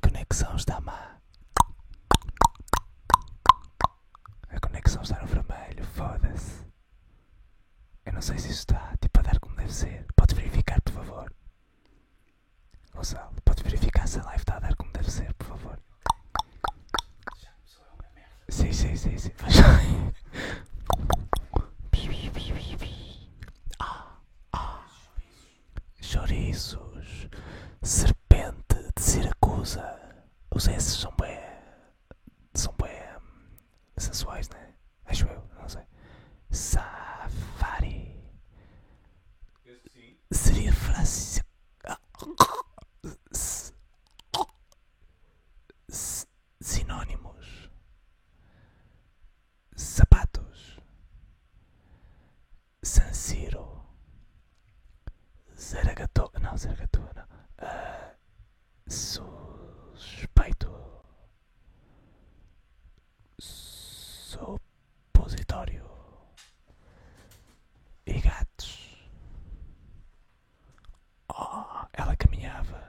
conexão está má. A conexão está no vermelho, foda-se. Eu não sei se isso está, tipo, a dar como deve ser. Podes verificar, por favor. Gonçalo, podes verificar se a live está a dar como deve ser, por favor. Sim, sim, sim, sim. Faz Ah, ah. Chouriços. Serpente de Siracusa. Os S são bem. são bem. hum, sensuais, né? Acho eu, não sei. Safari. Seria Francisco. S- s- Sinónimos. Sapatos. San Siro. Zaragatua. Não, Zaragatua não. Ah, suspeito. Supositório. E gatos. Oh, ela caminhava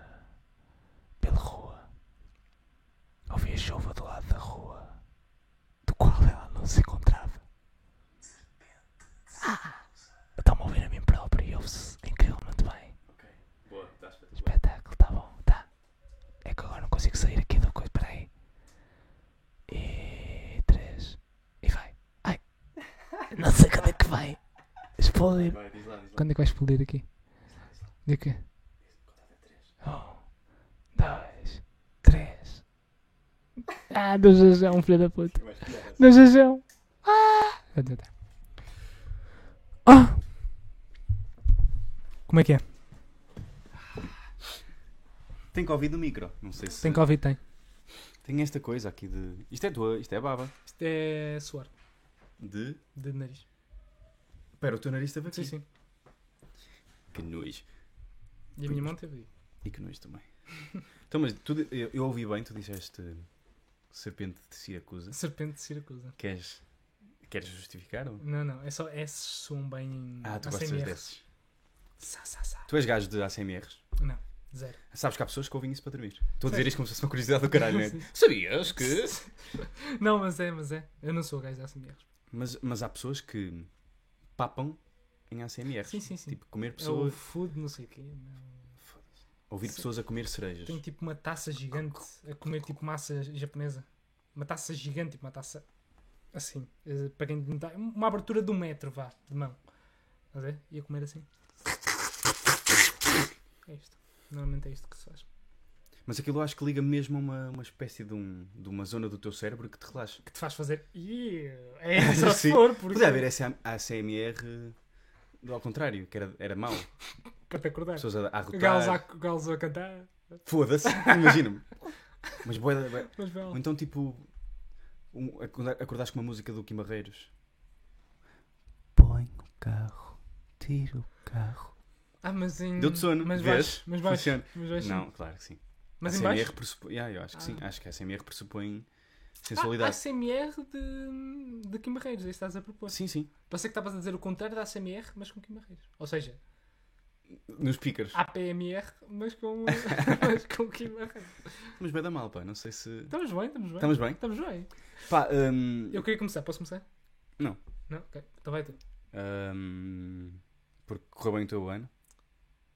pela rua. Ouvia chuva do lado da rua, do qual ela não se encontrava. Ah! Estão-me a ouvir a mim próprio e ouve-se incrivelmente bem. Ok. Boa, está espetacular. Espetáculo, tá bom, tá. É que agora não consigo sair aqui do coisa, peraí. E. três. E vai. Ai! Não sei quando é que vai. Explodir. Vai, diz lá, diz lá. Quando é que vai explodir aqui? De quê? Um, dois, três. Ah, do Jajão, filho da puta. Mas que horas? Do Jajão. Ah! Tá, tá, tá. Ah! Como é que é? Tem Covid no micro. Não sei se. Tem Covid? Tem. Tem esta coisa aqui de. Isto é tua, isto é baba. Isto é suor De. de nariz. Pera, o teu nariz esteve Sim, sim. Que nojo. E a minha mão teve. E que nojo também. então, mas tu, di- eu, eu ouvi bem, tu disseste serpente de Siracusa. Serpente de Siracusa. Queres. Queres justificar? Ou? Não, não. É só S sum bem em. Ah, tu ACMR. gostas desses. Sa, sa, sa. Tu és gajo de ACMRs. Não. Zero. Sabes que há pessoas que ouvem isso para dormir. Estou a dizer isto como se fosse uma curiosidade do caralho, não é? Sabias que. Não, mas é, mas é. Eu não sou o gajo da ACMR. Mas, mas há pessoas que papam em ACMRs. Sim, sim, sim. Tipo, comer É o pessoas. food, não sei o quê. não. Ouvir Sim. pessoas a comer cerejas. Tem tipo uma taça gigante a comer tipo massa japonesa. Uma taça gigante, tipo uma taça assim. eh, Para quem não tá- Uma abertura de um metro, vá, de mão. Estás a ver? E a comer assim. É isto. Normalmente é isto que se faz. Mas aquilo eu acho que liga mesmo a uma, uma espécie de, um, de uma zona do teu cérebro que te relaxa. Que te faz fazer. "Ew", É só se Sim. for, porque. Podia haver essa ACMR eh, do ao contrário, que era, era mau. Para te acordar. Pessoas a, a Galos a, rotar. galos a cantar. Foda-se, imagina-me. Mas boa, boa. Mas Ou vão. então tipo. Um, acorda- acordares com uma música do Kim Barreiros. Põe o carro. Tiro o carro. Ah, mas em. Deu-te sono, mas vês? baixo. Mas baixo. Funciona. Mas baixo. Não, claro que sim. Mas em ACMR baixo. pressupõe. Yeah, eu acho que sim. Ah. Acho que a ACMR pressupõe A sensualidade. ACMR de, de Kim Barreiros, é isso que estás a propor. Sim, sim. Parece que estavas a dizer o contrário da ACMR, mas com Kim Barreiros. Ou seja, Nos pícaros. APMR, mas com, mas com Kim Barreiros. Mas bem da mal, pá. Não sei se. Estamos bem, estamos bem. Estamos bem? Estamos bem. Pá, hum, Eu queria começar, posso começar? Não. Não? Ok. Então vai tu. Ahm, hum, porque correu bem o teu ano.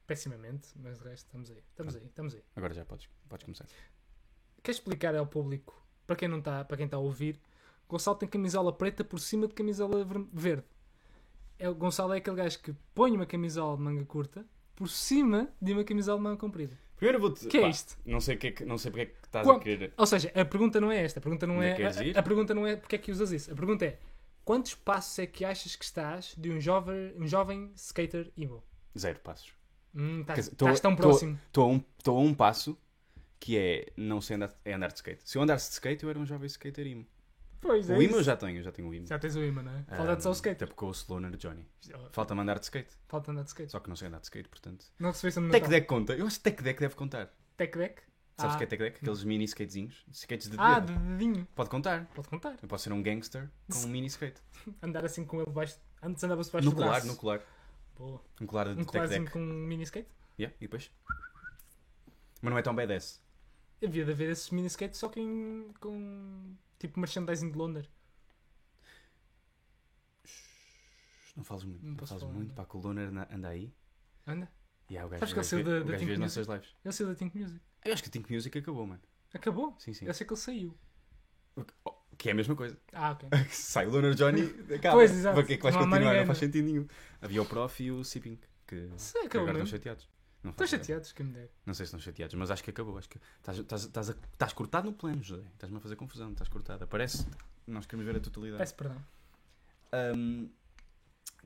Pessimamente, mas de resto estamos aí. Ah. Estamos aí, estamos aí. Agora já podes, podes começar. Queres explicar ao público, para quem não está, para quem está a ouvir, Gonçalo tem camisola preta por cima de camisola ver- verde. É, o Gonçalo é aquele gajo que põe uma camisola de manga curta por cima de uma camisola de manga comprida. Primeiro vou-te. Que é pá, isto? Não sei, o que é que, não sei porque é que estás Quando- a querer. Ou seja, a pergunta não é esta. A pergunta não Onde é é. que queres a- a- ir? A, pergunta não é porque é que usas isso. A pergunta é quantos passos é que achas que estás de um jovem, um jovem skater emo? Zero passos. Hum, estás, Quer dizer, estás tão próximo. Estou a, um, tô a um passo que é não sei andar, é andar de skate. Se eu andasse de skate, eu era um jovem skater emo. Pois O emo eu já Ah, tenho, eu já tenho o emo. Já tens o imã, não é? Falta-te só o Ahm, skate. Até porque eu sou loner Johnny. Falta-me andar de skate. Falta andar de skate. Só que não sei andar de skate, portanto. Não recebeste a minha Tech nota. deck conta. Eu acho que tech deck deve contar. Tech deck? Sabes o Ah. que é tech deck? Aqueles mini skatezinhos. Skates de Ah, dedo. de dedinho. Pode contar. Pode contar. Eu posso ser um gangster com um mini skate. Andar assim com ele baixo. Antes andava-se baixo do Nuclear, braço. nuclear. Boa. Um colar de Um tech colarzinho deck. com um mini skate? Yeah, e depois? Mas não é tão badass. Havia de haver esses mini skates só que em- com tipo merchandising de Londres. Não fales muito, Não não posso fales falar, muito. não. Pá, que o Loner na- anda aí. Anda? E há o gajo, Sabes o que gajo ele saiu vê- da- o da gajo vê Think as nossas lives. Eu sei da Think Music. Eu acho que a Think Music acabou, mano. Acabou? Sim, sim. Eu sei que ele saiu. O que- oh, Que é a mesma coisa. Ah, ok. Sai o Loner Johnny, acaba. Pois, exato. Para que é que vais Não há continuar? Não ninguém, faz não. sentido nenhum. Havia o Prof e o Sipping, que, que Sei, acabou agora estão mesmo. chateados. Não Estão faço ideia. chateados, que me der. Não sei se estão chateados, mas acho que acabou. Acho que estás, estás, estás, a- estás cortado no plano, José. Estás-me a fazer confusão, estás cortado. Aparece. Nós queremos ver a totalidade. Peço perdão. Ahm,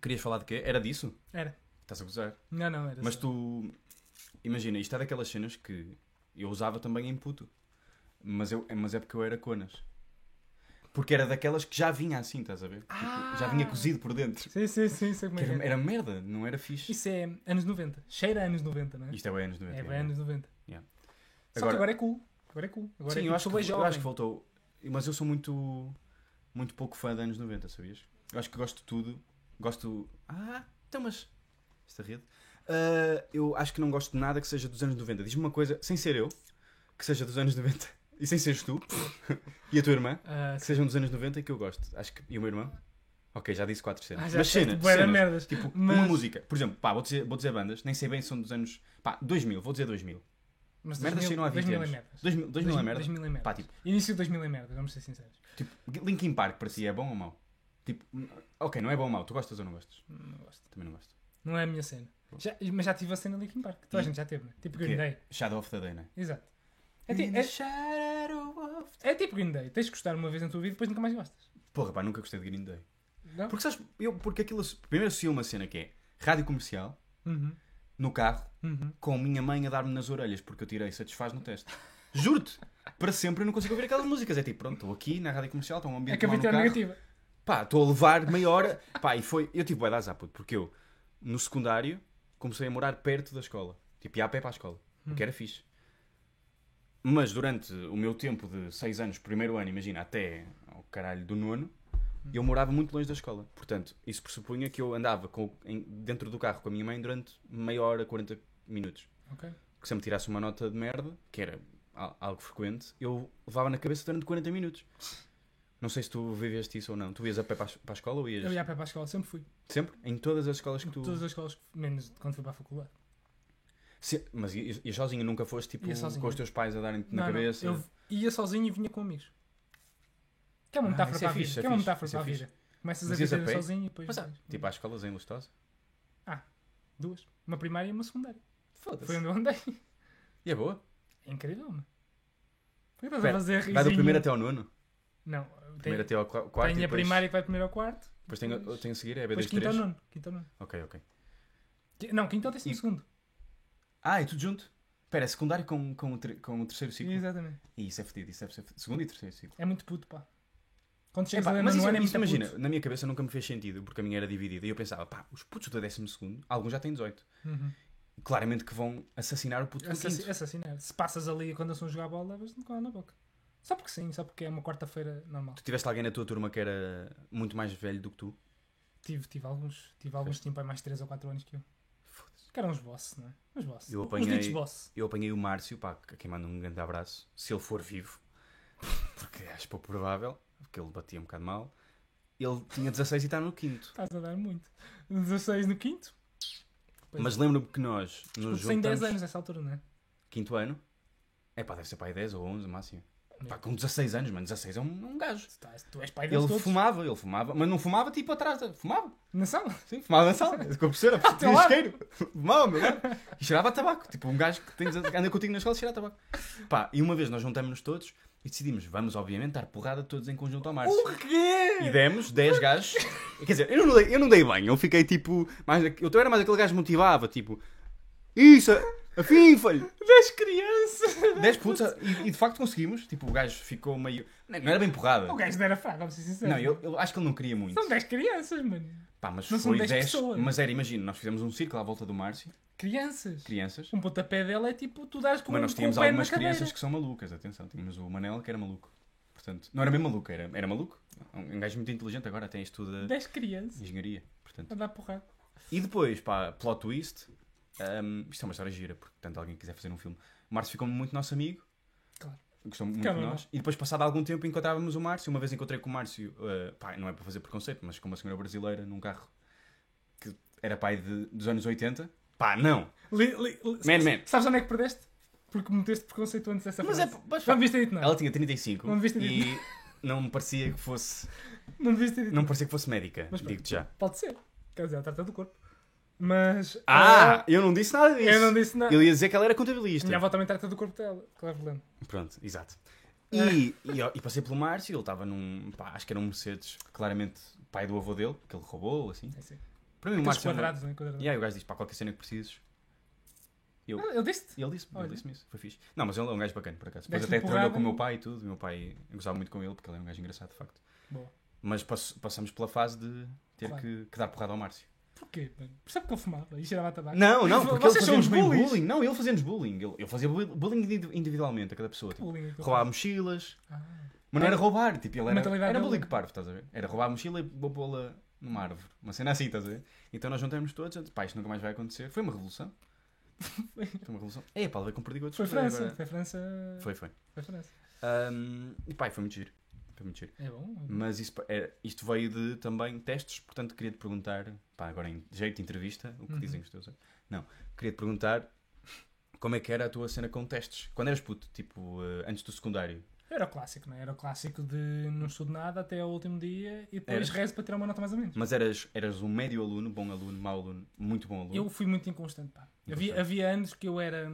querias falar de quê? Era disso? Era. Estás a gozar. Não, não, era. Mas só- tu. Imagina, isto é daquelas cenas que eu usava também em puto. Mas, eu, mas é porque eu era conas. Porque era daquelas que já vinha assim, estás a ver? Tipo, Já vinha Ah! cozido por dentro. Sim, sim, sim, sei Que como é que Era, é. era merda, não era fixe. Isso é anos 90. Cheira a anos 90, não é? Isto é bem anos 90. é é. bem anos 90. Yeah. Só Agora- que agora é cool. Agora é cool. Agora Sim, é eu acho, cool. que, eu acho que voltou. Mas eu sou muito, muito pouco fã de anos 90, sabias? Eu acho que gosto de tudo. Gosto. Ah, então, mas. Esta rede. Ah, eu acho que não gosto de nada que seja dos anos 90. Diz-me uma coisa, sem ser eu, que seja dos anos 90. E sem seres tu e a tua irmã, Ah, que sim. sejam dos anos 90 e que eu gosto. Acho que. E o meu irmão? Ok, já disse quatro cenas. Ah, já mas disseste cenas, bué da cenas. merdas. Tipo, uma Mas- música. Por exemplo, pá, vou dizer, vou dizer bandas, nem sei bem se são dos anos. Pá, 2000, vou dizer 2000. Mas Merdas 2000 saíram há 20 2000 é anos. merdas. 2000, 2000 é merda. 2000 é merdas. Pá, tipo- Início de 2000 é merda, vamos ser sinceros. Tipo, Linkin Park para ti é bom ou mau? Tipo, n- ok, não é bom ou mau. Tu gostas ou não gostas? Não gosto. Também não gosto. Não é a minha cena. Já- mas já tive a cena de Linkin Park. Toda a E- gente já teve, né? Hum. Tipo O quê? Green Day. é Shadow of the Day, não é? Exato. É, ti- é- é tipo Green Day. Tens de gostar uma vez na tua vida e depois nunca mais gostas. Porra, pá, nunca gostei de Green Day. Não? Porque sabes, eu, porque aquilo, asso- primeiro associo uma cena que é rádio comercial, Uhum. no carro, Uhum. com a minha mãe a dar-me nas orelhas, porque eu tirei satisfaz no teste. Juro-te! Para sempre eu não consigo ouvir aquelas músicas. É tipo, pronto, estou aqui na rádio comercial, estou um ambiente Acabei mau de no ter carro. É a negativa. Pá, estou a levar meia hora. Pá, e foi. Eu tive bué de azar, puto, porque eu, no secundário, comecei a morar perto da escola. Tipo, ia a pé para a escola. O que era fixe. Mas durante o meu tempo de 6 anos, primeiro ano, imagina, até ao caralho do nono, eu morava muito longe da escola. Portanto, isso pressupunha que eu andava com- em- dentro do carro com a minha mãe durante meia hora, 40 minutos. Ok. Que se eu me tirasse uma nota de merda, que era a- algo frequente, eu levava na cabeça durante 40 minutos. Não sei se tu viveste isso ou não. Tu ias a pé para a, es- para a escola ou ias. Eu ia a pé para a escola, sempre fui. Sempre? Em todas as escolas que tu. Todas as escolas, menos quando fui para a faculdade. Se- Mas ias ias sozinho, nunca foste tipo Ia sozinho. com os teus pais a darem-te na Não, não, cabeça? Eu ia sozinho e vinha com amigos. Que é uma Ah, metáfora isso é para a fixe, vida. é Que é uma fixe, metáfora isso é para a fixe. vida. Começas a Mas ias a viver pé? sozinho e depois. Mas há, vais. tipo, há escolas em Lustosa? Duas. Uma primária e uma secundária. Foi um Foda-se. onde eu andei. E é boa? É incrível, mano. Por que estás a Espera, fazer risinho? Vai do primeiro até ao nono? Não, Primeiro até tem, ao qua- quarto tem e a depois... primária que vai primeiro ao quarto. Depois tem, o- tem a seguir, é depois quinto ao B23? nono. Quinto ao nono. Ok, ok. Qui- Não, quinto ao décimo E- segundo. Ah, é tudo junto? Espera, é secundário com, com, o, ter- com o terceiro ciclo? Exatamente. E isso é fedido, isso é fedido. Segundo e terceiro ciclo. É muito puto, pá. Quando chegas Epá, a mas nono isso- ano é isso muito imagina, puto. na minha cabeça nunca me fez sentido, porque a minha era dividida. E eu pensava, pá, os putos do 12 segundo, alguns já têm 18. Uhum. Claramente que vão assassinar o puto do Assassi- quinto. Assassinar. Se passas ali quando eles vão jogar a bola, levas-te com ela na boca. Só porque sim, só porque é uma quarta-feira normal. Tu tiveste alguém na tua turma que era muito mais velho do que tu? Tive, tive alguns, tive alguns que tinham pai mais 3 ou 4 anos que eu. Que eram os boss, não é? Os boss. Eu Os ditos apanhei- boss. Eu apanhei o Márcio, pá, a quem manda um grande abraço, se ele for vivo, porque acho pouco provável, porque ele batia um bocado mal. Ele tinha 16 e está no quinto. Estás a dar muito. 16 no quinto. Pois é. Mas lembro-me que nós nos Puto, Tem 10 juntamos, anos nessa altura, não é? quinto ano, é pá, deve ser pá, aí 10 ou 11 máximo. Pá, com 16 anos, mano, 16 é um, um gajo. Tu, estás- tu és pai deles Ele todos. fumava, ele fumava, mas não fumava tipo atrás, da- fumava, Na sala? sim, fumava na sala, com a professora, teu tinha lado. isqueiro, fumava, meu lado. e cheirava a tabaco, tipo um gajo que tem, anda contigo na escola e cheira a tabaco. Pá, e uma vez nós juntámos-nos todos e decidimos, vamos obviamente dar porrada todos em conjunto ao Márcio. E quê? demos 10 gajos. Quer dizer, eu não dei, eu não dei bem, eu fiquei tipo. Mais, eu também era mais aquele gajo que motivava, tipo. Isso, afim, falho! 10 crianças! 10 putos, e, e de facto conseguimos. Tipo, o gajo ficou meio. Não, não era bem porrada. O gajo não era fraco, vamos ser sinceros. Não, eu, eu acho que ele não queria muito. São 10 crianças, mano. Pá, mas não são foi 10. dez pessoas. mas era, imagina, nós fizemos um círculo à volta do Márcio, Crianças. crianças. Um pontapé dela é tipo, tu dás com, mas nós com tínhamos o pé algumas na cadeira. crianças que são malucas, atenção. Tínhamos o Manel que era maluco. Portanto, não era bem maluco, era, era maluco. Um um gajo muito inteligente agora, tem estuda 10 crianças. engenharia. Portanto. A dar porrada. E depois, pá, plot twist. Um, isto é uma história gira, porque tanto alguém quiser fazer um filme. O Márcio ficou muito nosso amigo. Claro. Gostou muito Ficava de mal. nós. E depois, passado algum tempo, encontrávamos o Márcio. Uma vez encontrei com o Márcio, eh, pá, não é para fazer preconceito, mas com uma senhora brasileira num carro que era pai de, dos anos 80. Pá, não! Li- li- li- Man, man. Sabes onde é que perdeste? Porque meteste preconceito antes dessa Mas é. frase. Mas, Não pá, me devias ter dito nada. ela tinha 35 Não me viste e não me parecia que fosse. Não me devias ter dito Não me parecia que fosse médica, Mas pronto. digo-te já. Pode ser. Quer dizer, ela trata do corpo. Mas. Ah, ah, eu não disse nada disso. eu não disse nada. Eu ia dizer que ela era A minha contabilista. avó também trata do corpo dela. Claro, problema. Pronto, exato. E, e, e passei pelo Márcio, ele estava num. Pá, acho que era um Mercedes, claramente pai do avô dele, que ele roubou, assim. É assim. Para mim, o Aqueles Márcio. é uma- quadrados, não é? Quadrados. E aí o gajo diz: pá, qualquer cena que precises. Eu. Ah, ele disse-te. E ele disse, ele Olha. disse-me isso, foi fixe. Não, mas ele é um gajo bacana, por acaso. Depois Deste-lhe até trabalhou porrada. com o meu pai e tudo, o meu pai eu gostava muito com ele, porque ele era um gajo engraçado, de facto. Boa. Mas pass- passamos pela fase de ter Claro. que, que dar porrada ao Márcio. Porquê? mano? Percebe que ele fumava e cheirava a tabaco? Não, não, Vo- porque ele vocês são fazia-nos os bem bullies. bullying. Não, ele fazia-nos bullying. Ele, eu fazia bu- bullying indi- individualmente a cada pessoa. Tipo, Bullying, aquele- roubava mochilas, Ah, mas não era roubar, tipo, ele era, Mentalidade era dele. bullying parvo, estás a ver? Era roubar a mochila e bo- pô-la numa árvore. Uma cena assim, estás a ver? Então nós juntamos todos, eu disse, pá, isto nunca mais vai acontecer. Foi uma revolução. Foi uma revolução. É, pá, levei com perdigotos. Foi Agora- França. Foi França. Foi, foi. Foi França. Ahm, e pá, foi muito giro. Foi muito giro. É bom. Mas isso, era- isto veio de também testes, portanto queria te perguntar, pá, agora em jeito de entrevista, o que Uhum. dizem os teus. é- Não, queria te perguntar como é que era a tua cena com testes? Quando eras puto, tipo, eh, antes do secundário. Era o clássico, não é? Era o clássico de não estudo nada até ao último dia e depois Era. rezo para tirar uma nota mais ou menos. Mas eras, eras um médio aluno, bom aluno, mau aluno, muito bom aluno. Eu fui muito inconstante, pá. Inconstante. Havia, havia anos que eu era.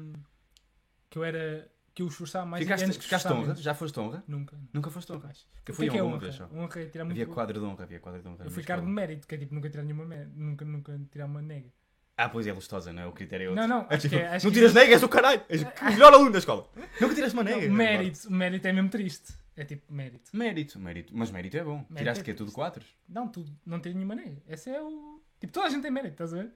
que eu era. que eu esforçava mais e anos Ficaste, que ficaste esforçava honra? menos. Já foste honra? Nunca. nunca Nunca foste honra. mais. Eu O fui que é que é honra uma vez honra? só. Honra é tirar muito. Havia quadro de honra, havia quadro de honra. na eu fui minha cargo de escola. mérito, que é tipo nunca tirar nenhuma mer- nunca, nunca tirar uma nega. Ah, pois é, lustosa, não é? O critério é outro. Não, não, acho que é- acho não que tiras existe- nega, és o caralho! És o melhor aluno da escola! Nunca tiras uma nega! Não, mérito, mérito é mesmo triste. É tipo mérito. Mérito, mérito. Mas mérito é bom. Mérito Tiraste é que é tudo 4? Não, tu não tens nenhuma nega. Esse é o. Tipo, toda a gente tem mérito, estás a ver?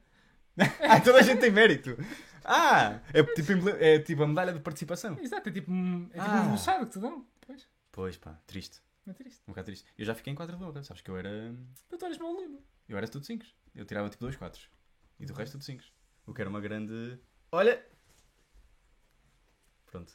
Ah, toda a gente tem mérito. Ah, é tipo, emble- é tipo a medalha de participação. Exato, é tipo, um- é tipo Ah. um almoçado que te dão. Pois, Pois pá, triste. não é triste. Um bocado triste. Eu já fiquei em 4 de honra, sabes que eu era. Tu tu eras meu aluno. Eu era tudo 5. Eu tirava tipo 2 4 e do resto tudo 5. O que era uma grande. Olha! Pronto.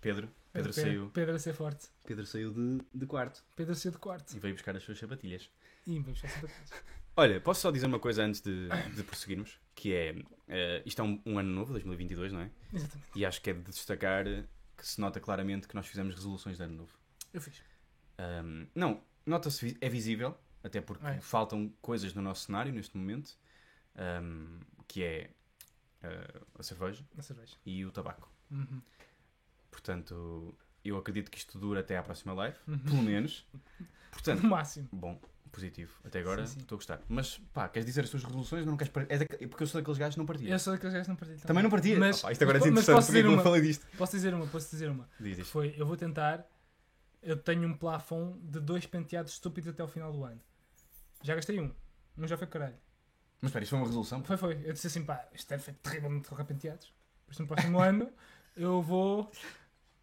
Pedro. Pedro saiu. Pedro a ser forte. Pedro saiu de, de quarto Pedro saiu de quarto. e veio buscar as suas sapatilhas. Ih, vamos ficar sempre atrás. Olha, posso só dizer uma coisa antes de, de prosseguirmos? Que é. eh, isto é um- um ano novo, 2022, não é? Exatamente. E acho que é de destacar eh, que se nota claramente que nós fizemos resoluções de ano novo. Eu fiz. Ahm, não, nota-se, vi- é visível, até porque É. faltam coisas no nosso cenário neste momento, ahm, que é eh, a cerveja Na cerveja. e o tabaco. Uhum. Portanto, eu acredito que isto dure até à próxima live, Uhum. pelo menos. Portanto, No máximo. bom, positivo. Até agora Sim, sim. estou a gostar. Mas pá, queres dizer as tuas resoluções? Não queres par- é daque- Porque eu sou daqueles gajos que não partilha. Eu sou daqueles gajos que não partilho. Também não partilha. Mas- Opa, isto agora mas é interessante, posso porque é que dizer eu uma? falei disto? Posso dizer uma, posso dizer uma. Diz Que isto. foi, eu vou tentar. Eu tenho um plafond de dois penteados estúpidos até ao final do ano. Já gastei um. Um já foi caralho. Mas espera, isto foi uma resolução? Foi, foi. Eu disse assim, pá, isto deve ser terrivelmente trocar penteados. Por isso, no próximo ano, eu vou.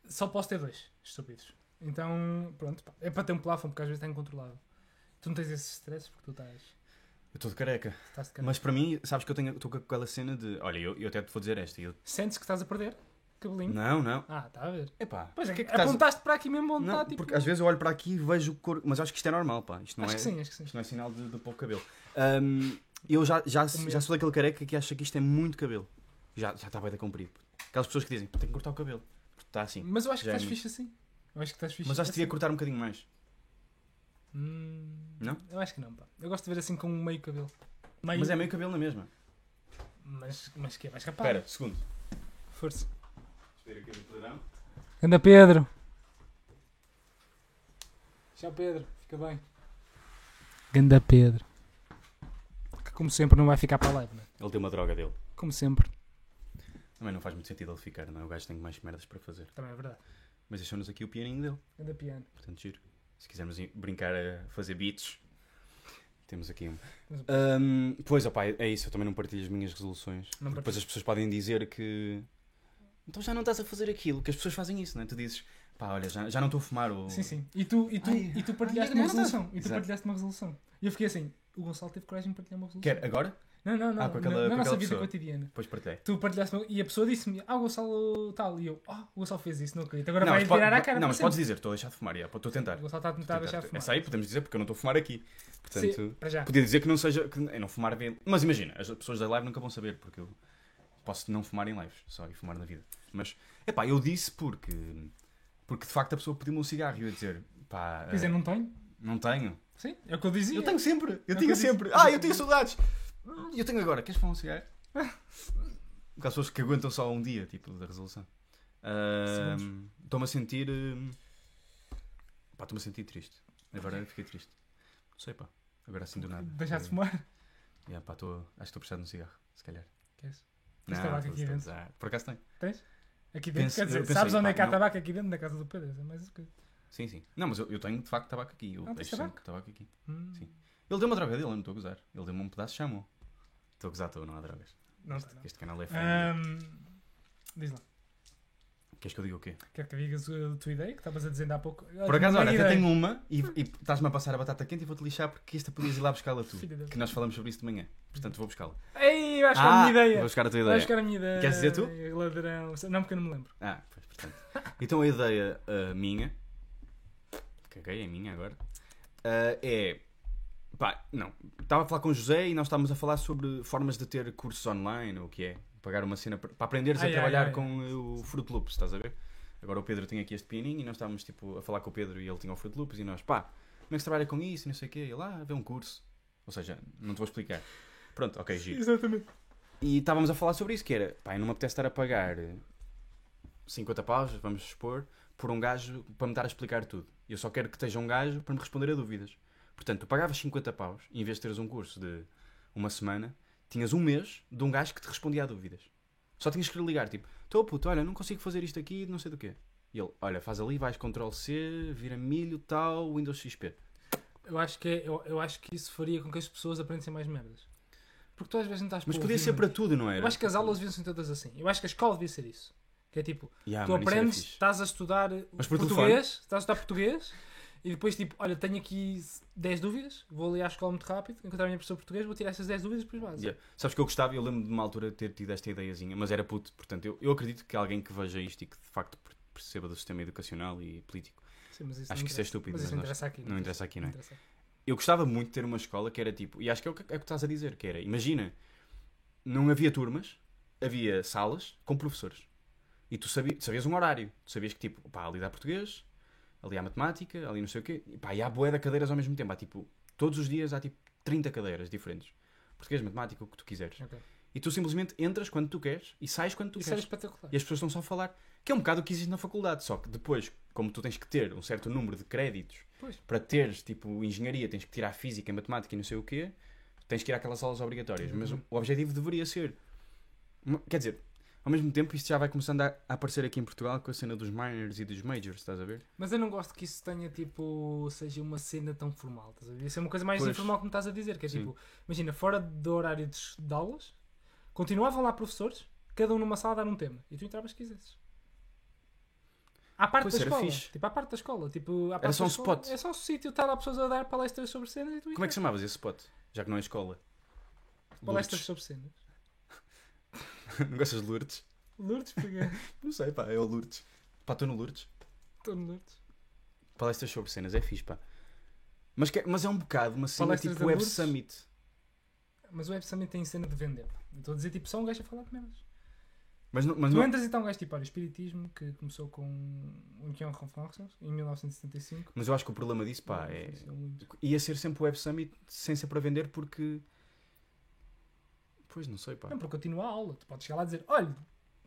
Só posso ter dois estúpidos. Então, pronto, pá. É para ter um plafond, porque às vezes está incontrolável. Tu não tens esses stresses porque tu estás. Eu estou de careca. estás de cara. Mas para mim, sabes que eu tenho- estou com aquela cena de. Olha, eu, eu até te vou dizer esta. Eu... Sentes que estás a perder? Cabelinho? Não, não. Ah, está a ver. Epá. Pois é, que, que estás- apontaste para aqui mesmo onde Não, está, tipo. porque às vezes eu olho para aqui e vejo o corpo. Mas acho que isto é normal, pá. Isto não, acho é, que sim, acho que sim. Isto não é sinal de, de pouco cabelo. Ahm, eu já, já, O meu. já sou daquele careca que acha que isto é muito cabelo. Já, já está bem da comprido. Aquelas pessoas que dizem, tem que cortar o cabelo. Porque está assim. Mas eu acho que Já é estás muito. fixe assim. Eu acho que estás fixe Mas acho que assim. devia cortar um bocadinho mais. Hum, Não? Eu acho que não, pá. Eu gosto de ver assim com meio cabelo. Meio, Mas é meio cabelo na mesma. mas, mas que é mais capaz. Espera, segundo. Força. Espera aqui no Anda Pedro. Tchau Pedro, fica bem. Ganda Pedro. Que como sempre não vai ficar para a live, né? Ele deu uma droga dele. Como sempre. Também não faz muito sentido ele ficar, não é? O gajo tem mais merdas para fazer. Também é verdade. Mas deixou-nos aqui o pianinho dele. Ganda piano. Portanto, giro. Se quisermos i- brincar a fazer beats, temos aqui um. Temos um. Ahm, pois, opá, é isso. Eu também não partilho as minhas resoluções. Não Porque depois as pessoas podem dizer que. Então já não estás a fazer aquilo, que as pessoas fazem isso, não é? Tu dizes, pá, olha, já, já não estou a fumar. Ou... Sim, sim. E tu, e tu, Ai, e tu partilhaste ai, uma não, não, não. resolução. E tu Exato. partilhaste uma resolução. E eu fiquei assim, O Gonçalo teve coragem de partilhar uma resolução. Quer agora? Não, não, não. Ah, com aquela- na, com na nossa aquela vida pessoa. cotidiana. Depois partilhei. Tu partilhaste uma- e a pessoa disse-me, ah, o Gonçalo tal. E eu, ah, o Gonçalo fez isso, não acredito. Agora não, vai mas pode- virar à cara. não, para mas podes tá, sempre. dizer, estou a deixar de fumar, já, pô, estou a tentar. O Gonçalo está a tentar Estou deixar de fumar. Essa aí podemos dizer porque eu não estou a fumar aqui. É Portanto, é. Sim, para já. podia dizer que não seja. Que é não fumar bem. Mas imagina, as pessoas da live nunca vão saber porque eu posso não fumar em lives só e fumar na vida. Mas, epá, eu disse porque. Porque de facto a pessoa pediu-me um cigarro e eu ia dizer, pá, Quer dizer, eh, não tenho. não tenho. Sim, é o que é, eu dizia. Eu tenho sempre, eu Não tinha acredito. sempre. Ah, eu tenho saudades. Eu tenho agora. Queres fumar um cigarro? Porque há pessoas que aguentam só um dia, tipo, da resolução. Ahm, Estou-me a sentir. hum, Pá, estou-me a sentir triste. Agora fiquei triste. Não sei, pá. Agora assim do nada. Deixar de fumar. Eh, yeah, pá, tô- acho que estou precisando de um cigarro, se calhar. Queres? Tens tabaco tô- aqui tô a dentro? usar. Por acaso tem? Tens? Aqui dentro, Penso- quer eu dizer, pensei, sabes onde é que há pá, não. tabaco aqui dentro? Na casa do Pedro. É mais isso que... Sim, sim. Não, mas eu, eu tenho de facto tabaco aqui. Eu Ah, tens deixo sempre tabaco aqui. Hum, Sim. Ele deu-me outra vez, ele não estou a gozar. Ele deu-me um pedaço e chamou. Estou a gozar, estou, não há drogas. Não, está, não. Este canal é fã. Ah. Ahm, diz lá. Queres que eu diga o quê? Quer que digas a tua ideia que estavas a dizer ainda há pouco? Por acaso, olha, até tenho uma e, e estás-me a passar a batata quente e vou-te lixar porque esta podias ir lá buscá-la tu. Filha da- Que nós falamos sobre isso de manhã. Portanto, vou buscá-la. Ei, vais buscar é a minha ideia. Vou buscar a tua Vais um- Ah, ideia. buscar a minha ideia. Queres dizer tu? Ladrão. Não, porque eu não me lembro. Ah, pois, portanto. Então a ideia ah, minha. Caguei, é minha agora. ah, é. Pá, não. Estava a falar com o José e nós estávamos a falar sobre formas de ter cursos online ou o que é. Pagar uma cena para para aprenderes Ai, a ai, trabalhar ai. com o Fruit Loops, estás a ver? Agora o Pedro tinha aqui este pianinho e nós estávamos tipo a falar com o Pedro e ele tinha o Fruit Loops e nós, pá, como é que se trabalha com isso e não sei o quê? E lá, vê um curso. Ou seja, não te vou explicar. Pronto, ok, giro. Exatamente. E estávamos a falar sobre isso, que era, pá, eu não me apetece estar a pagar eh, 50 paus, vamos expor, por um gajo para me estar a explicar tudo. Eu só quero que esteja um gajo para me responder a dúvidas. Portanto, tu pagavas 50 paus, e em vez de teres um curso de uma semana, tinhas um mês de um gajo que te respondia a dúvidas. Só tinhas que lhe ligar, tipo, estou puto, olha, não consigo fazer isto aqui, não sei do quê. E ele, olha, faz ali, vais Ctrl+C, vira milho, tal, Windows XP. Eu acho, que é- eu, eu acho que isso faria com que as pessoas aprendessem mais merdas. Porque tu às vezes não estás Mas para podia ouvir, ser para tipo- mano. tudo, não era? Eu acho que as aulas deviam ser todas assim. Eu acho que a escola devia ser isso. Que é tipo, Yeah, tu Ah, mano, isso era aprendes, fixe. estás a estudar Mas por telefone? português, estás a estudar português e depois tipo, olha, tenho aqui 10 dúvidas, vou ali à escola muito rápido, encontrar a minha professora de português, vou tirar essas 10 dúvidas e depois vais. Yeah. Sabes que eu gostava, eu lembro de uma altura ter tido esta ideiazinha, mas era puto, portanto, eu, eu acredito que alguém que veja isto e que de facto per- perceba do sistema educacional e político. Sim, mas Acho não que isso é interessa. estúpido, Mas mas isso não nós- interessa aqui. Não interessa aqui, não é? interessa. Eu gostava muito de ter uma escola que era tipo, e acho que é o que, é o que estás a dizer, que era, imagina, não havia turmas, havia salas com professores. E tu sabi- tu sabias um horário, tu sabias que tipo, pá, ali dá português, ali há matemática, ali não sei o quê, e pá, e há bué de cadeiras ao mesmo tempo, há tipo, todos os dias há tipo 30 cadeiras diferentes. Português, matemática, o que tu quiseres. Ok. E tu simplesmente entras quando tu queres e sais quando tu Isso era queres. espetacular. E as pessoas estão só a falar. Que é um bocado o que existe na faculdade. Só que depois, como tu tens que ter um certo número de créditos Pois. para teres, tipo, engenharia, tens que tirar física, matemática e não sei o quê, tens que ir àquelas aulas obrigatórias. Mas o o objetivo deveria ser. Hum, Quer dizer, ao mesmo tempo, isto já vai começando a a aparecer aqui em Portugal com a cena dos minors e dos majors, estás a ver? Mas eu não gosto que isso tenha tipo, seja uma cena tão formal, estás a ver? Isso é uma coisa mais Pois. informal que me estás a dizer, que é Sim. tipo, imagina, fora do horário de, de aulas, continuavam lá professores, cada um numa sala a dar um tema, e tu entravas se quisesses. À parte Pois, da era escola. fixe. Tipo, à parte da escola. Tipo, à parte só da um escola, spot. É só um sítio, está lá pessoas a dar palestras sobre cenas e tu Como é que entras. chamavas esse spot? Já que não é escola. Palestras Lourdes. sobre cenas. não gostas de Lourdes? Lourdes, peguei. Não sei, pá, é o Lourdes. Pá, estou no Lourdes. Estou no Lourdes. Palestras sobre cenas, é fixe, pá. Mas, que- mas é um bocado uma cena Palestras tipo de Web adultos? Summit. Mas o Web Summit tem cena de vender. Eu Estou a dizer, tipo, só um gajo a falar de merdas. Mas, não- mas Tu não, é entras e está um gajo tipo, olha, espiritismo, que começou com um Kion Rafansons, em 1975. mas eu acho que o problema disso, pá, Não é. influenciou muito. Ia ser sempre Web Summit sem ser para vender porque. Pois não sei, pá. Não, porque continua a aula. Tu podes chegar lá e dizer, olha,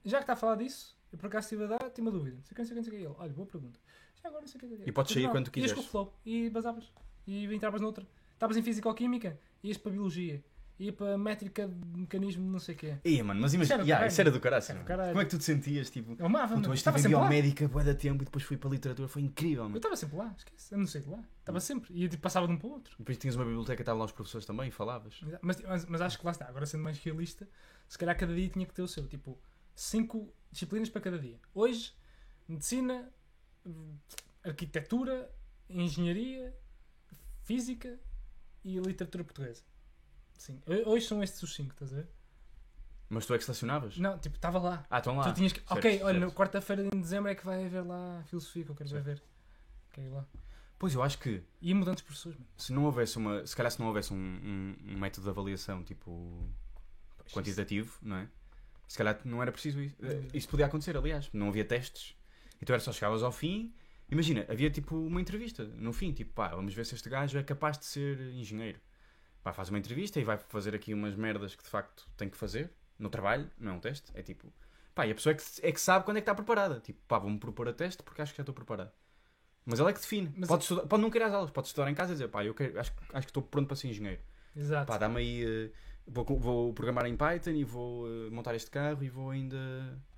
já que está a falar disso, eu por acaso estive a dar, tinha uma dúvida. Não sei o que, não sei o que, não sei o que. Ele, olha, boa pergunta. Já agora não sei o que. E podes sair quando tu quiseres. Ias com o quiseres. flow e basavas. E entravas noutra. Estavas em Físico-Química, ias para Biologia. Ia para Métrica de Mecanismo, de não sei o quê. Ia, mano, mas imagina. Isso era do Ya, caralho. Isso era do caralho. Era do mano. caralho. Como é que tu te sentias? Tipo, Eu amava, puto, mano. hoje Estava estive em sempre lá. biomédica, boa da tempo e depois fui para a literatura, foi incrível, Eu mano. estava sempre lá, esquece. Eu não sei de lá. Estava sempre. E eu, tipo, passava de um para o outro. Depois tinhas uma biblioteca, estavam lá os professores também e falavas. Mas, mas, mas acho que lá está, agora sendo mais realista, se calhar cada dia tinha que ter o seu, tipo, 5 disciplinas para cada dia. Hoje, medicina, hum, arquitetura, engenharia, física e literatura portuguesa. Sim. Ho- Hoje são estes os cinco, estás a ver? Mas tu é que selecionavas? Não, tipo, estava lá. Ah, estão lá. Tu tinhas que. Certo, ok, olha, certo. no- quarta-feira de dezembro é que vai haver lá filosofia que eu quero já ver. Quero ir lá. Pois eu acho que E ir mudando de professores, mano. se não houvesse uma. Se calhar se não houvesse um, um- um método de avaliação tipo Pois, quantitativo, não é? Se calhar não era preciso isso. Eh, Dúvida. Isso podia acontecer, aliás. Não havia testes. Então era só chegavas ao fim. Imagina, havia tipo uma entrevista no fim, tipo, pá, vamos ver se este gajo é capaz de ser engenheiro. Pá, faz uma entrevista e vai fazer aqui umas merdas que de facto tem que fazer no trabalho, não é um teste, é tipo, pá, e a pessoa é que, é que sabe quando é que está preparada. Tipo, pá, vou-me propor a teste porque acho que já estou preparado. Mas ela é que define. Mas pode, estudar- pode não querer às aulas, pode estudar em casa e dizer, pá, eu quero, acho, acho que estou pronto para ser engenheiro. Exato. Pá, dá-me aí. eh, Vou, co- vou programar em Python e vou eh, montar este carro e vou ainda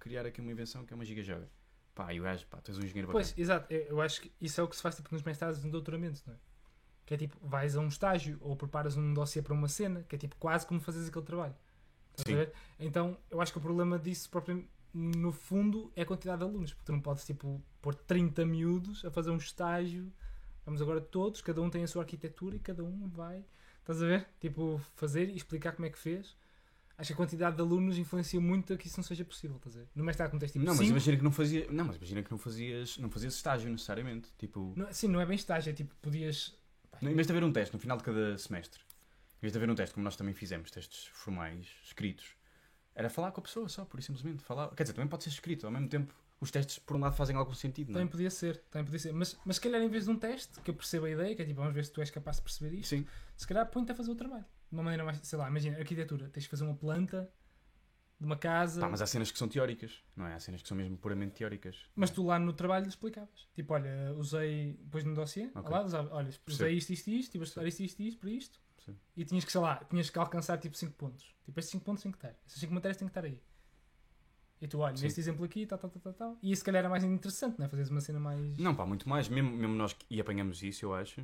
criar aqui uma invenção que é uma gigajoga. Pá, e o gajo, pá, tens um engenheiro bacana. Pois, exato. Eu eu acho que isso é o que se faz tipo, nos mestrados e no doutoramento, não é? Que é tipo, vais a um estágio ou preparas um dossiê para uma cena, que é tipo quase como fazes aquele trabalho. Estás a Sim. ver? Então, eu acho que o problema disso, propriamente, no fundo, é a quantidade de alunos, porque tu não podes tipo, pôr 30 miúdos a fazer um estágio. Vamos agora todos, cada um tem a sua arquitetura e cada um vai, estás a ver? Tipo, fazer e explicar como é que fez. Acho que a quantidade de alunos influencia muito a que isso não seja possível, estás a ver? No mestrado, como tens tipo não, mas cinco, imagina que não fazia, não, mas imagina que não fazias, não fazias estágio necessariamente, tipo, Não, sim, não é bem estágio, é tipo, podias. em vez de haver um teste no final de cada semestre, em vez de haver um teste como nós também fizemos, testes formais, escritos, era falar com a pessoa só, por simplesmente, falar, quer dizer, também pode ser escrito, ao mesmo tempo, os testes por um lado fazem algum sentido, não Também é? podia ser, também podia ser. Mas, mas se calhar em vez de um teste, que eu percebo a ideia, que é tipo, vamos ver se tu és capaz de perceber isto, Sim, se calhar põe-te a fazer o trabalho. De uma maneira mais, sei lá, imagina, arquitetura, tens de fazer uma planta de uma casa, Pá, mas... Tá, mas há cenas que são teóricas, não é? Há cenas que são mesmo puramente teóricas. tu lá no trabalho explicavas. Tipo, olha, usei, depois no dossiê, Ok. lá, usava, olha, Percebo. usei isto, isto, e isto, tive a estudar isto, isto, e isto, para isto, Percebo. e tinhas que, sei lá, tinhas que alcançar tipo 5 pontos. Tipo, estes 5 pontos têm que estar, essas 5 matérias têm que estar aí. E tu, olha, Sim. neste exemplo aqui, tal, tal, tal, tal, tal. E isso, se calhar era mais interessante, não é? Fazeres uma cena mais. Não, pá, muito mais. Mesmo, mesmo nós que- e apanhamos isso, eu acho,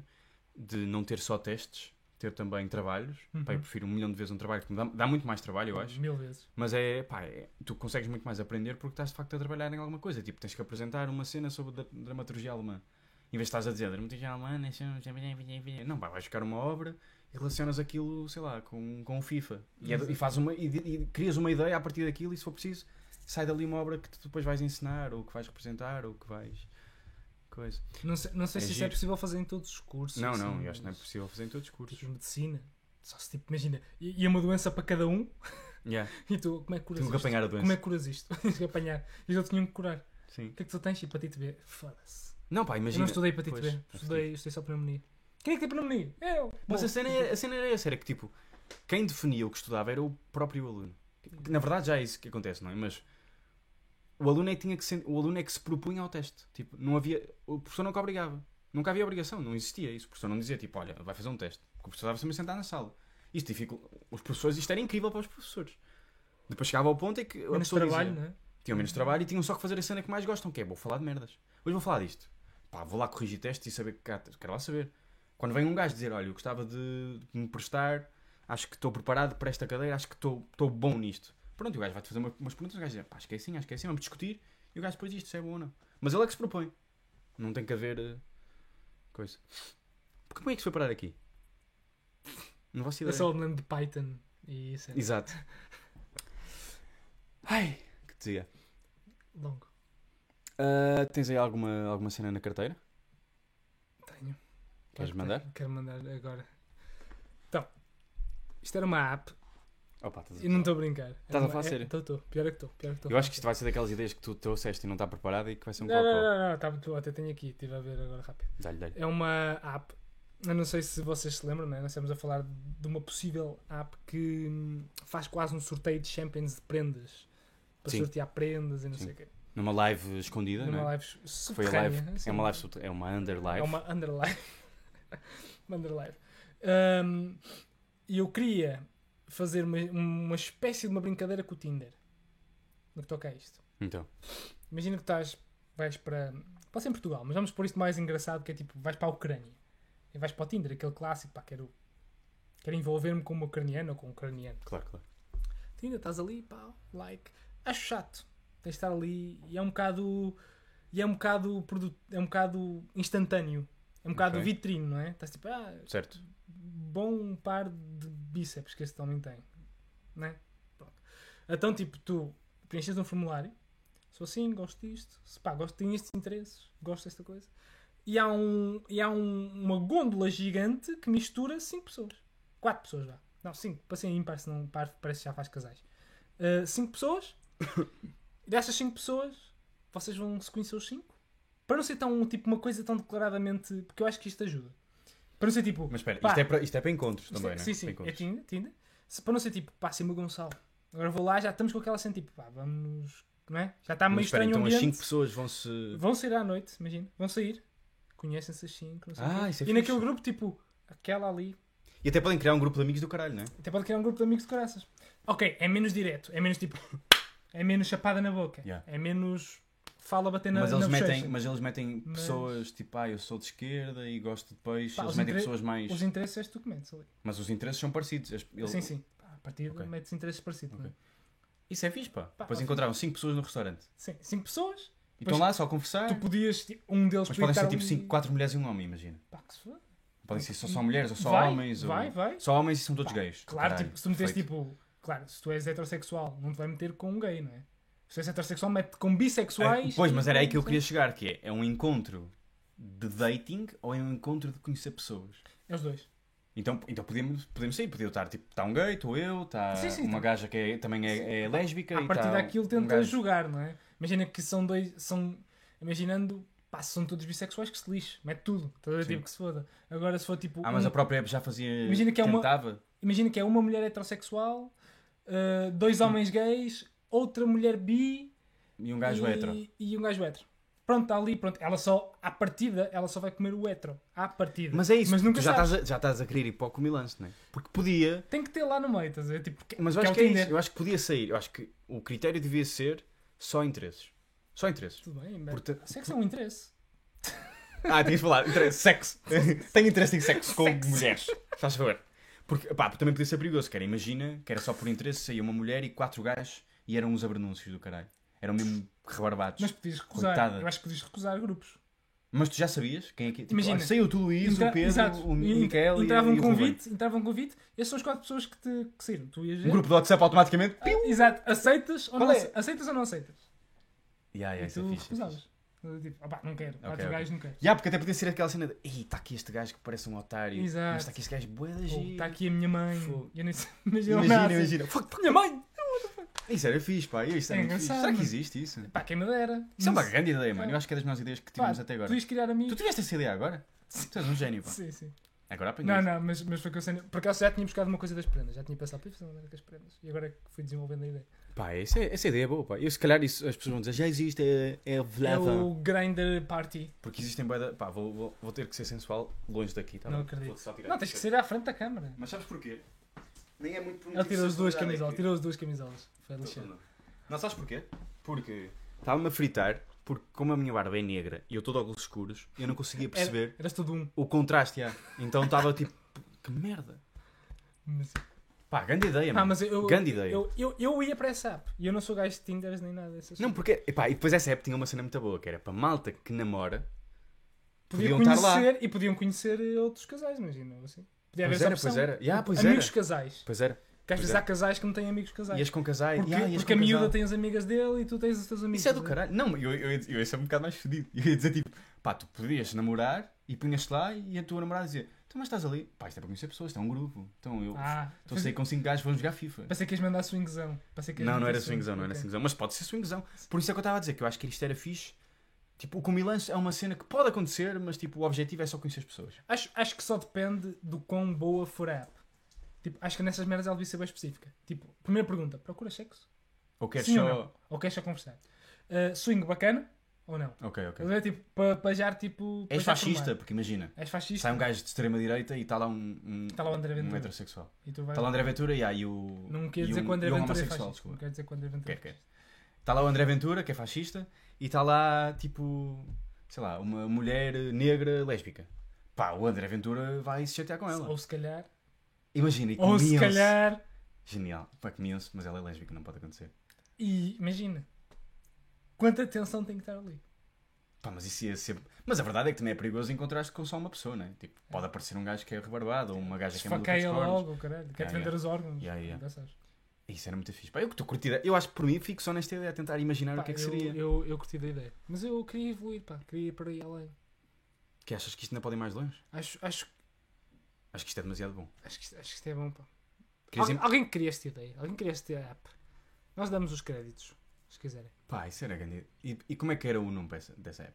de não ter só testes, ter também trabalhos. Uhum. Pá, eu prefiro um milhão de vezes um trabalho, que me dá, dá muito mais trabalho, eu acho. Mil vezes. Mas é, pá, é- tu consegues muito mais aprender porque estás de facto a trabalhar em alguma coisa. Tipo, tens que apresentar uma cena sobre da- dramaturgia alemã. Em vez de estás a dizer dramaturgia alemã, né, chama- chama- chama- chama- não, pá, vais buscar uma obra e relacionas aquilo, sei lá, com, com o FIFA. E, é- e fazes uma, e, di- e crias uma ideia a partir daquilo e se for preciso, sai dali uma obra que tu depois vais ensinar ou que vais representar ou que vais. coisa. Não sei, não sei É se isso é giro. possível fazer em todos os cursos. Não, assim, não, eu acho que não é mas, possível fazer em todos os cursos. Tipo, medicina. Só se tipo, imagina, e, e é uma doença para cada um, Yeah. e tu, como é que curas Tenho que isto? apanhar a doença. Como é que curas isto? Tens que apanhar. E eu tinha que curar. Sim. O que é que tu tens? Hepatite B. Foda-se. Não, pá, Eu imagina. não estudei hepatite Pois, tá B. Estudei, estudei só pneumonia. Quem é que tem pneumonia? Eu! Mas Bom, a cena, era, a cena era essa, era que tipo, quem definia o que estudava era o próprio aluno. Que, Na verdade já é isso que acontece, não é? Mas o aluno é que, tinha que se, o aluno é que se propunha ao teste. Tipo, não havia, o professor nunca obrigava. Nunca havia obrigação, não existia isso. O professor não dizia tipo, olha, vai fazer um teste. Porque o professor estava sempre sentado na sala. Isto dificulta, os professores, isto era incrível para os professores. Depois chegava ao ponto em que a menos pessoa dizia- trabalho, não é? tinham menos trabalho e tinham só que fazer a cena que mais gostam, que é vou falar de merdas. Hoje vou falar disto. Pá, vou lá corrigir testes e saber que cá- quero lá saber. Quando vem um gajo dizer, olha, eu gostava de de me prestar, acho que estou preparado para esta cadeira, acho que estou estou bom nisto. Pronto, e o gajo vai-te fazer uma- umas perguntas, o gajo diz, pá, acho que é assim, acho que é assim, vamos discutir, e o gajo depois diz, se é bom ou não. Mas ele é que se propõe. Não tem que haver eh, coisa. Porque como é que se foi parar aqui? Não faço Eu ideia. É só me lembro de Python e isso é Exato. Ai, que dizia. longo. Ah, tens aí alguma, alguma cena na carteira? Tenho. Queres Quero- mandar? Quero mandar agora. Então, isto era uma app, Opa, estás a e não falar. estou a brincar. Era Estás a uma- falar é- sério? Estou, estou. Pior é que estou. pior é que estou. Eu acho que isto vai ser daquelas ideias que tu trouxeste e não está preparada e que vai ser um Não, não, cocó. não, não, tá, tu até tenho aqui, estive a ver agora rápido. Dá-lhe, dá-lhe. É uma app, eu não sei se vocês se lembram, né? nós estamos a falar de uma possível app que hum, faz quase um sorteio de champions de prendas. Para Sim. sortear prendas e não Sim. sei o quê. Numa live escondida, Numa não é? live Que Foi a subterrânea. live. assim. É uma live subter- É uma underlive. É uma underlive. uma underlive. Hum, E eu queria fazer uma, uma espécie de uma brincadeira com o Tinder. No que toca a isto. Então. Imagina que estás, vais para. Pode ser em Portugal, mas vamos pôr isto mais engraçado, que é tipo, vais para a Ucrânia e vais para o Tinder, aquele clássico, pá, quero, quero envolver-me com uma ucraniana ou com um ucraniano. Claro, claro. Tinder, estás ali, pá, like. Acho chato. Tens de estar ali e é um bocado. E é um bocado, produ- é um bocado instantâneo. É um bocado Ok. vitrino, não é? Estás tipo, ah, Certo. bom par de bíceps que este homem tem, né? Pronto. Então, tipo, tu preenches um formulário, sou assim, gosto disto, se pá, gosto, tenho estes interesses, gosto desta coisa, e há, um, e há um- uma gôndola gigante que mistura 5 pessoas, 4 pessoas vá, não, 5, passei em ímpar, senão um par parece que já faz casais, 5 pessoas, e destas 5 pessoas, vocês vão se conhecer os 5, para não ser tão, tipo, uma coisa tão declaradamente, porque eu acho que isto ajuda. Para não ser tipo, Mas espera, pá, isto é, para, isto é para encontros isto também, é- não é? Sim, sim, Para é encontros. Tinder, Tinder. Se, para não ser tipo, pá, Simba Gonçalo. Agora vou lá, já estamos com aquela cena tipo, pá, vamos. Não é? Já está meio Mas espera, estranho então o as ambiente. 5 pessoas vão-se. Vão sair à noite, imagina. Vão sair, conhecem-se as 5, não sei o Ah, quê. isso é E fixe. naquele grupo, tipo, aquela ali. E até podem criar um grupo de amigos do caralho, não é? Até pode criar um grupo de amigos de coraças. Ok, é menos direto, é menos tipo. É menos chapada na boca. Yeah. É menos fala bater na, mas, na eles metem, bochecha. mas eles metem Mas- pessoas tipo, ah, eu sou de esquerda e gosto de peixe. Pá, eles os metem inter- pessoas mais. Os interesses és tu que metes ali. Mas os interesses são parecidos. As- ele- Sim, sim. A partir Ok. de metes interesses parecidos. Ok. não é? Isso é fixe, pá. Pá, Depois ótimo. encontraram 5 pessoas no restaurante. Sim, 5 pessoas. E Pois- estão lá só a conversar. Tu podias, tipo, um deles Ah. Mas podia podem ser estar tipo ali- 5, 4 mulheres e um homem, imagina. Pá, que se foda. Podem ser só, só mulheres ou só Vai, homens. ou- vai, vai. Só homens e são todos Pá, gays. Claro, Caralho, tipo, se tu metes perfeito. tipo. Claro, se tu és heterossexual, não te vai meter com um gay, não é? Se tu és heterossexual, mete com bissexuais. Ah, Pois, mas e era aí que eu com- queria chegar, que é, é um encontro de dating ou é um encontro de conhecer pessoas? É os dois. Então, então podemos, podemos sair, podia estar tipo, está um gay, estou eu, está Sim, sim, uma tá. gaja que é- também é, é lésbica A e partir tá daquilo um tenta gajo- jogar, não é? Imagina que são dois. São. Imaginando. Pá, se são todos bissexuais que se lixe. Mete tudo. Estás a ver, Sim. tipo que se foda. Agora se for tipo. Ah, mas um- a própria app já fazia. Imagina que é uma- tentava. Imagina que é uma mulher heterossexual, ah, dois homens gays, outra mulher bi E um gajo e, hétero. E um gajo hétero. Pronto, está ali, pronto. Ela só, à partida, ela só vai comer o hétero. À partida. Mas é isso, Mas nunca tu já sabes. estás, a, já estás a querer ir para o comilance, não é? Porque podia, Tem que ter lá no meio, estás a ver? Tipo, porque- mas eu acho que o é Tinder. isso. Eu acho que podia sair. Eu acho que o critério devia ser só interesses. Só interesses. Tudo bem, mas Porta- sexo é um interesse. Ah, tinhas de falar. Interesse, sexo. Tenho interesse em sexo com mulheres. Estás a ver? Porque, pá, também podia ser perigoso. Que era, imagina, que era só por interesse, saía uma mulher e quatro gajos e eram uns abernúncios do caralho. Eram mesmo rebarbados. Mas Mas, podias recusar. Coitada. Eu acho que podias recusar grupos. tu já sabias quem é que... Tipo, Imagina. olha, saiu tu, Luís, Entra- o Pedro, Exato. o E- Miquel e, entrava e um o Ruben. convite, entrava um convite. Essas são as quatro pessoas que, te, que saíram. Tu ias ver. Ah, Um grupo de WhatsApp automaticamente... Piu! Exato. Aceitas ou, Qual não, é? ace- aceitas ou não aceitas? Ya, ya, e isso é tu fixe, isso é recusavas. fixe. Tipo, opá, não quero. Quatro ok. gajos, não quero. Ya, porque até podia ser aquela cena de... Ih, está aqui este gajo que parece um otário. Exato. Mas está aqui este gajo bué da Ou, giro. Está tá aqui a minha mãe. Fogo. E Eu nem sei. Imagina, Imagina, imagina. Fuck, fuck. Minha mãe! Isso era fixe, pá. Isso É é muito fixe. engraçado, Será que mano. existe isso? Pá, quem me dera. Isso é uma Não grande ideia, mano. Eu acho que é das melhores ideias que tivemos Pá, até agora. Tu ias criar amigos? Tu tiveste essa ideia agora? Tu és um gênio, pá. Sim, sim. Agora apanhei. Não, não, mas, mas foi que eu sei. Por acaso já tinha buscado uma coisa das prendas, já tinha pensado, podia fazer uma merda com as prendas. E agora é que fui desenvolvendo a ideia. Pá, essa, essa ideia é boa, pá. Eu, se calhar isso, as pessoas vão dizer, já existe, é, é É velada. o Grindr Party. Porque existem boeda. Pá, vou, vou, vou ter que ser sensual longe daqui, tá Não bem? acredito. Vou só tirar Não, isto. tens que sair à frente da câmara. Mas sabes porquê? Nem é muito por Ele tirou as duas camisolas, camisolas. tirou as duas camisolas. Foi lixado. Não, Não, sabes porquê? Porque estava-me a fritar, porque como a minha barba é negra e eu estou de óculos escuros, eu não É. conseguia perceber Era, eras todo um. o contraste, já. Então estava tipo, que merda. Mas, Pá, grande ideia, pá, mano. Ah, mas eu, Grande ideia. Eu, eu, eu ia para essa app e eu não sou gajo de Tinders nem nada dessas Não, coisas. porque. Epá, e depois essa app tinha uma cena muito boa, que era para malta que namora. Podia podiam estar lá. conhecer e podiam conhecer eh, outros casais, imagina. ou Assim. Podia haver Pois essa era, opção. pois era. Ya, pois amigos era. casais. Pois era. Que às Pois vezes era. há casais que não têm amigos casais. Ias com casais. Porque, ya, ias porque a com casal. miúda tem as amigas dele e tu tens os teus amigos. Isso é do né? caralho. Não, eu, eu, eu ia ser um bocado mais fodido. Eu ia dizer tipo, pá, tu podias namorar e punhas-te lá e a tua namorada dizia, então mas estás ali. Pá, isto é para conhecer pessoas, isto é um grupo. Então eu Ah, estou a sair com cinco gajos, vamos jogar FIFA. pensei que ias mandar swingzão. Pensei que ias Não, não mandar era swingzão, não era é ok. swingzão. Mas pode ser swingzão. Por isso é que eu estava a dizer que eu acho que isto era fixe. Tipo, o comilance é uma cena que pode acontecer, mas tipo, o objetivo é só conhecer as pessoas. Acho, acho que só depende do quão boa for a app. Tipo, acho que nessas merdas ela devia ser bem específica. Tipo, primeira pergunta: procura sexo? Ou queres Sim ou só. não? Ou queres só conversar? Ah, swing bacana ou não? Ok, ok. Estás a ver? Tipo, para pa já, tipo. pa És já fascista, formar. porque imagina, És fascista. sai um gajo de extrema-direita e está lá um, um, Está lá o André um Ventura. heterossexual. e tu vais... Está lá o André Ventura e aí o. Não quer e dizer um, que o André e um Ventura é homossexual, fascista. Não desculpa. quer dizer que o André Ventura é Quer, quer. fascista. Está lá o André Ventura, que é fascista, e está lá, tipo, sei lá, uma mulher negra lésbica. Pá, o André Ventura vai se chatear com ela. Ou se calhar. Imagina, e Ou se comiam-se. calhar. Genial. Pá, comiam-se, mas ela é lésbica, não pode acontecer. E imagina quanta tensão tem que estar ali. Pá, mas isso ia ser. Mas a verdade é que também é perigoso encontrar-te com só uma pessoa, né? Tipo, pode aparecer um gajo que é rebarbado ou uma gaja que é maluca dos Esfaqueia cornos. logo, caralho. Quer Yeah, te vender yeah. os órgãos. Yeah, yeah. Não pensas. Isso era muito fixe. Pá, eu que estou curtida. Eu acho que por mim fico só nesta ideia a tentar imaginar Pá, o que é que eu, seria. Eu, eu curti da ideia. Mas eu queria evoluir, pá. Queria ir para aí além. Que achas que isto ainda pode ir mais longe? Acho, acho, Acho que isto é demasiado bom. acho, que, isto- acho que isto é bom, pá. Querias Algu- im- Alguém que cria esta ideia. Alguém que cria esta app. Nós damos os créditos, se quiserem. Pá, isso era grande. E, e como é que era o nome dessa, dessa app?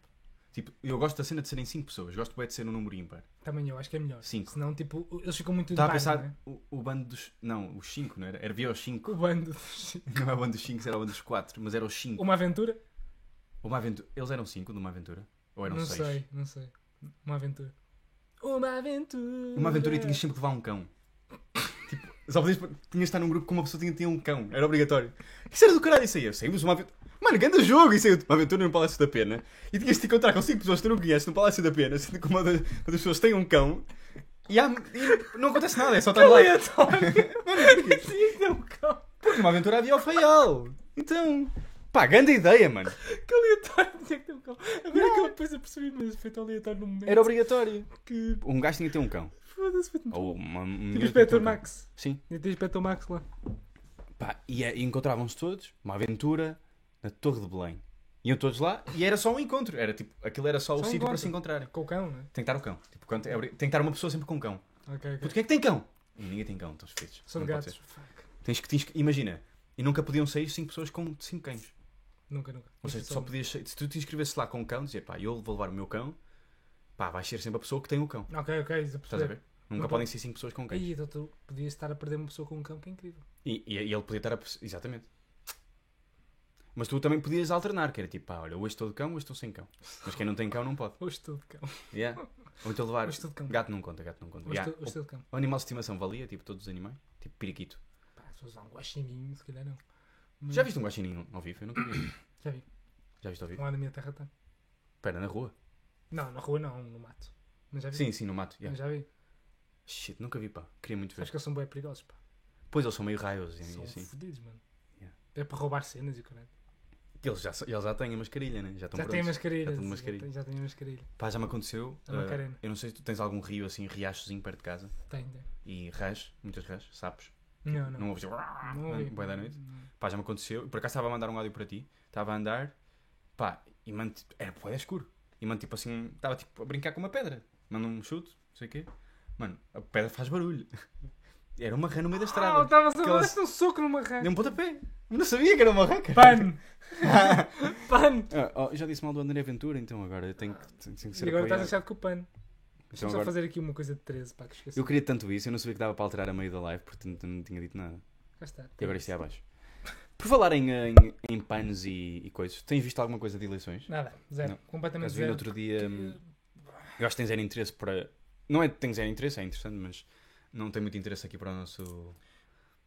Tipo, eu gosto da cena de serem 5 pessoas, gosto bué de ser um número ímpar. Também eu acho que é melhor. Cinco. Senão, tipo, eles ficam muito Estava a impar, pensar não é? o, o bando dos. Não, os 5, não era? Era havia os 5. O bando. Não era o bando dos 5, era o bando dos 4, mas era os 5. Uma aventura? Uma aventura. Eles eram 5 numa aventura? Ou eram não 6? sei, não sei. Uma aventura. Uma aventura. Uma aventura e tinhas sempre que levar um cão. tipo, só podias. Tinhas de estar num grupo que uma pessoa tinha, tinha um cão, era obrigatório. Isso era do caralho, isso aí. Saímos uma aventura. Mano, grande jogo! Isso aí, uma aventura no Palácio da Pena. E tinhas de te encontrar com 5 pessoas que tu não conheces no Palácio da Pena, sendo que uma das, uma das pessoas tem um cão. E, há- e não acontece nada, é só estar lá. Sim, não, é um calma. Porque numa aventura havia o Faial. Então. Pá, grande ideia, mano. Que aleatório, tinha que ter um cão. Agora é que eu depois apercebi, mas foi tão aleatório no momento Era obrigatório. que. Um gajo tinha de ter um cão. Foda-se, foi tão. Ou uma. uma Tipo mulher tinha de ter um Inspector cão. Max. Sim. Ainda tem Inspector Max lá. Pá, e, é, e encontravam-se todos, uma aventura, na Torre de Belém. Iam todos lá e era só um encontro. Era tipo, aquilo era só, o Só um sítio para encontro. se encontrarem. Com o cão, né? Tem que estar o cão. Tipo, quando é obri- tem que estar uma pessoa sempre com um cão. Ok, ok. Puto, quem é que tem cão? Ninguém tem cão, estão feitos. São Não pode gatos. ser. Fuck. Tens que, tens que- imagina, e nunca podiam sair cinco pessoas com cinco cães. Nunca, nunca. é Ou seja, tu só podias sair- se tu te inscrevesse lá com um cão, dizer pá, eu vou levar o meu cão, pá, vais ser sempre a pessoa que tem o cão. um- Ok, ok, Estás a ver? Nunca É. Não podem ser cinco pessoas com um cão. Aí, doutor, então podias estar a perder uma pessoa com um cão, que é incrível. E, e- e ele podia estar a. perce- Exatamente. Mas tu também podias alternar, que era tipo, pá, olha, hoje estou de cão, hoje estou sem cão. Mas quem não tem cão não pode. Hoje estou de cão. Yeah. Ou então levar. Hoje estou de cão. Gato não conta, gato não conta. Hoje Yeah. estou- hoje estou de cão. O animal de estimação valia, tipo, todos os animais. Tipo, periquito. Pá, se usar um guaxininho, se calhar não. Já viste um guaxininho ao vivo? Eu nunca vi. Já vi. Já viste ao vivo? Lá na minha terra está. Pera, na rua? Não, na rua não, no mato. Mas já vi. Sim, sim, no mato. Yeah. Mas já vi. Shit, nunca vi, pá. Queria muito Acho ver. que eles são bem perigosos, pá. Pois eles são meio raios e São assim. fodidos, mano. Yeah. É para roubar cenas e o caralho. Eles já, eles já têm a mascarilha, né? Já estão Já prontos. tem a mascarilha. Já estão de sim, mascarilha. tem- Já tem a mascarilha. Pá, já me aconteceu. A Macarena. ah, eu não sei se tu tens algum rio assim, riachozinho perto de casa. Tem, tem. E rãs, muitas rãs, sapos. Não, não. Não ouves. Não ouvi. Boa da noite. Pá, já me aconteceu. Por acaso estava a mandar um áudio para ti. Estava a andar. Pá, e mano, tipo, era poeda escuro. E mano, tipo assim, estava tipo a brincar com uma pedra. Manda um chute, não sei o quê. Mano, a pedra faz barulho. Era uma rã no meio da Ah, estrada. estava a Aquelas- dar um soco numa rã. Deu um pontapé. Eu não sabia que era uma rã, cara. Pano! Pano! Ah, oh, eu já disse mal do André Ventura, então agora eu tenho que, tenho que E ser agora estás apoiado. achado com o pano. Então Deixa-me só agora- fazer aqui uma coisa de 13, pá, que esqueci. Eu queria tanto isso, eu não sabia que dava para alterar a meio da live, portanto não tinha dito nada. Cá está. E agora isto é abaixo. Por falar em, eh, em, em panos e, e coisas, tens visto alguma coisa de eleições? Nada, zero. Não. Completamente Mas vi no zero. outro dia. hum, Eu acho que tem zero interesse para. Não é que tem zero interesse, é interessante, mas não tem muito interesse aqui para o nosso.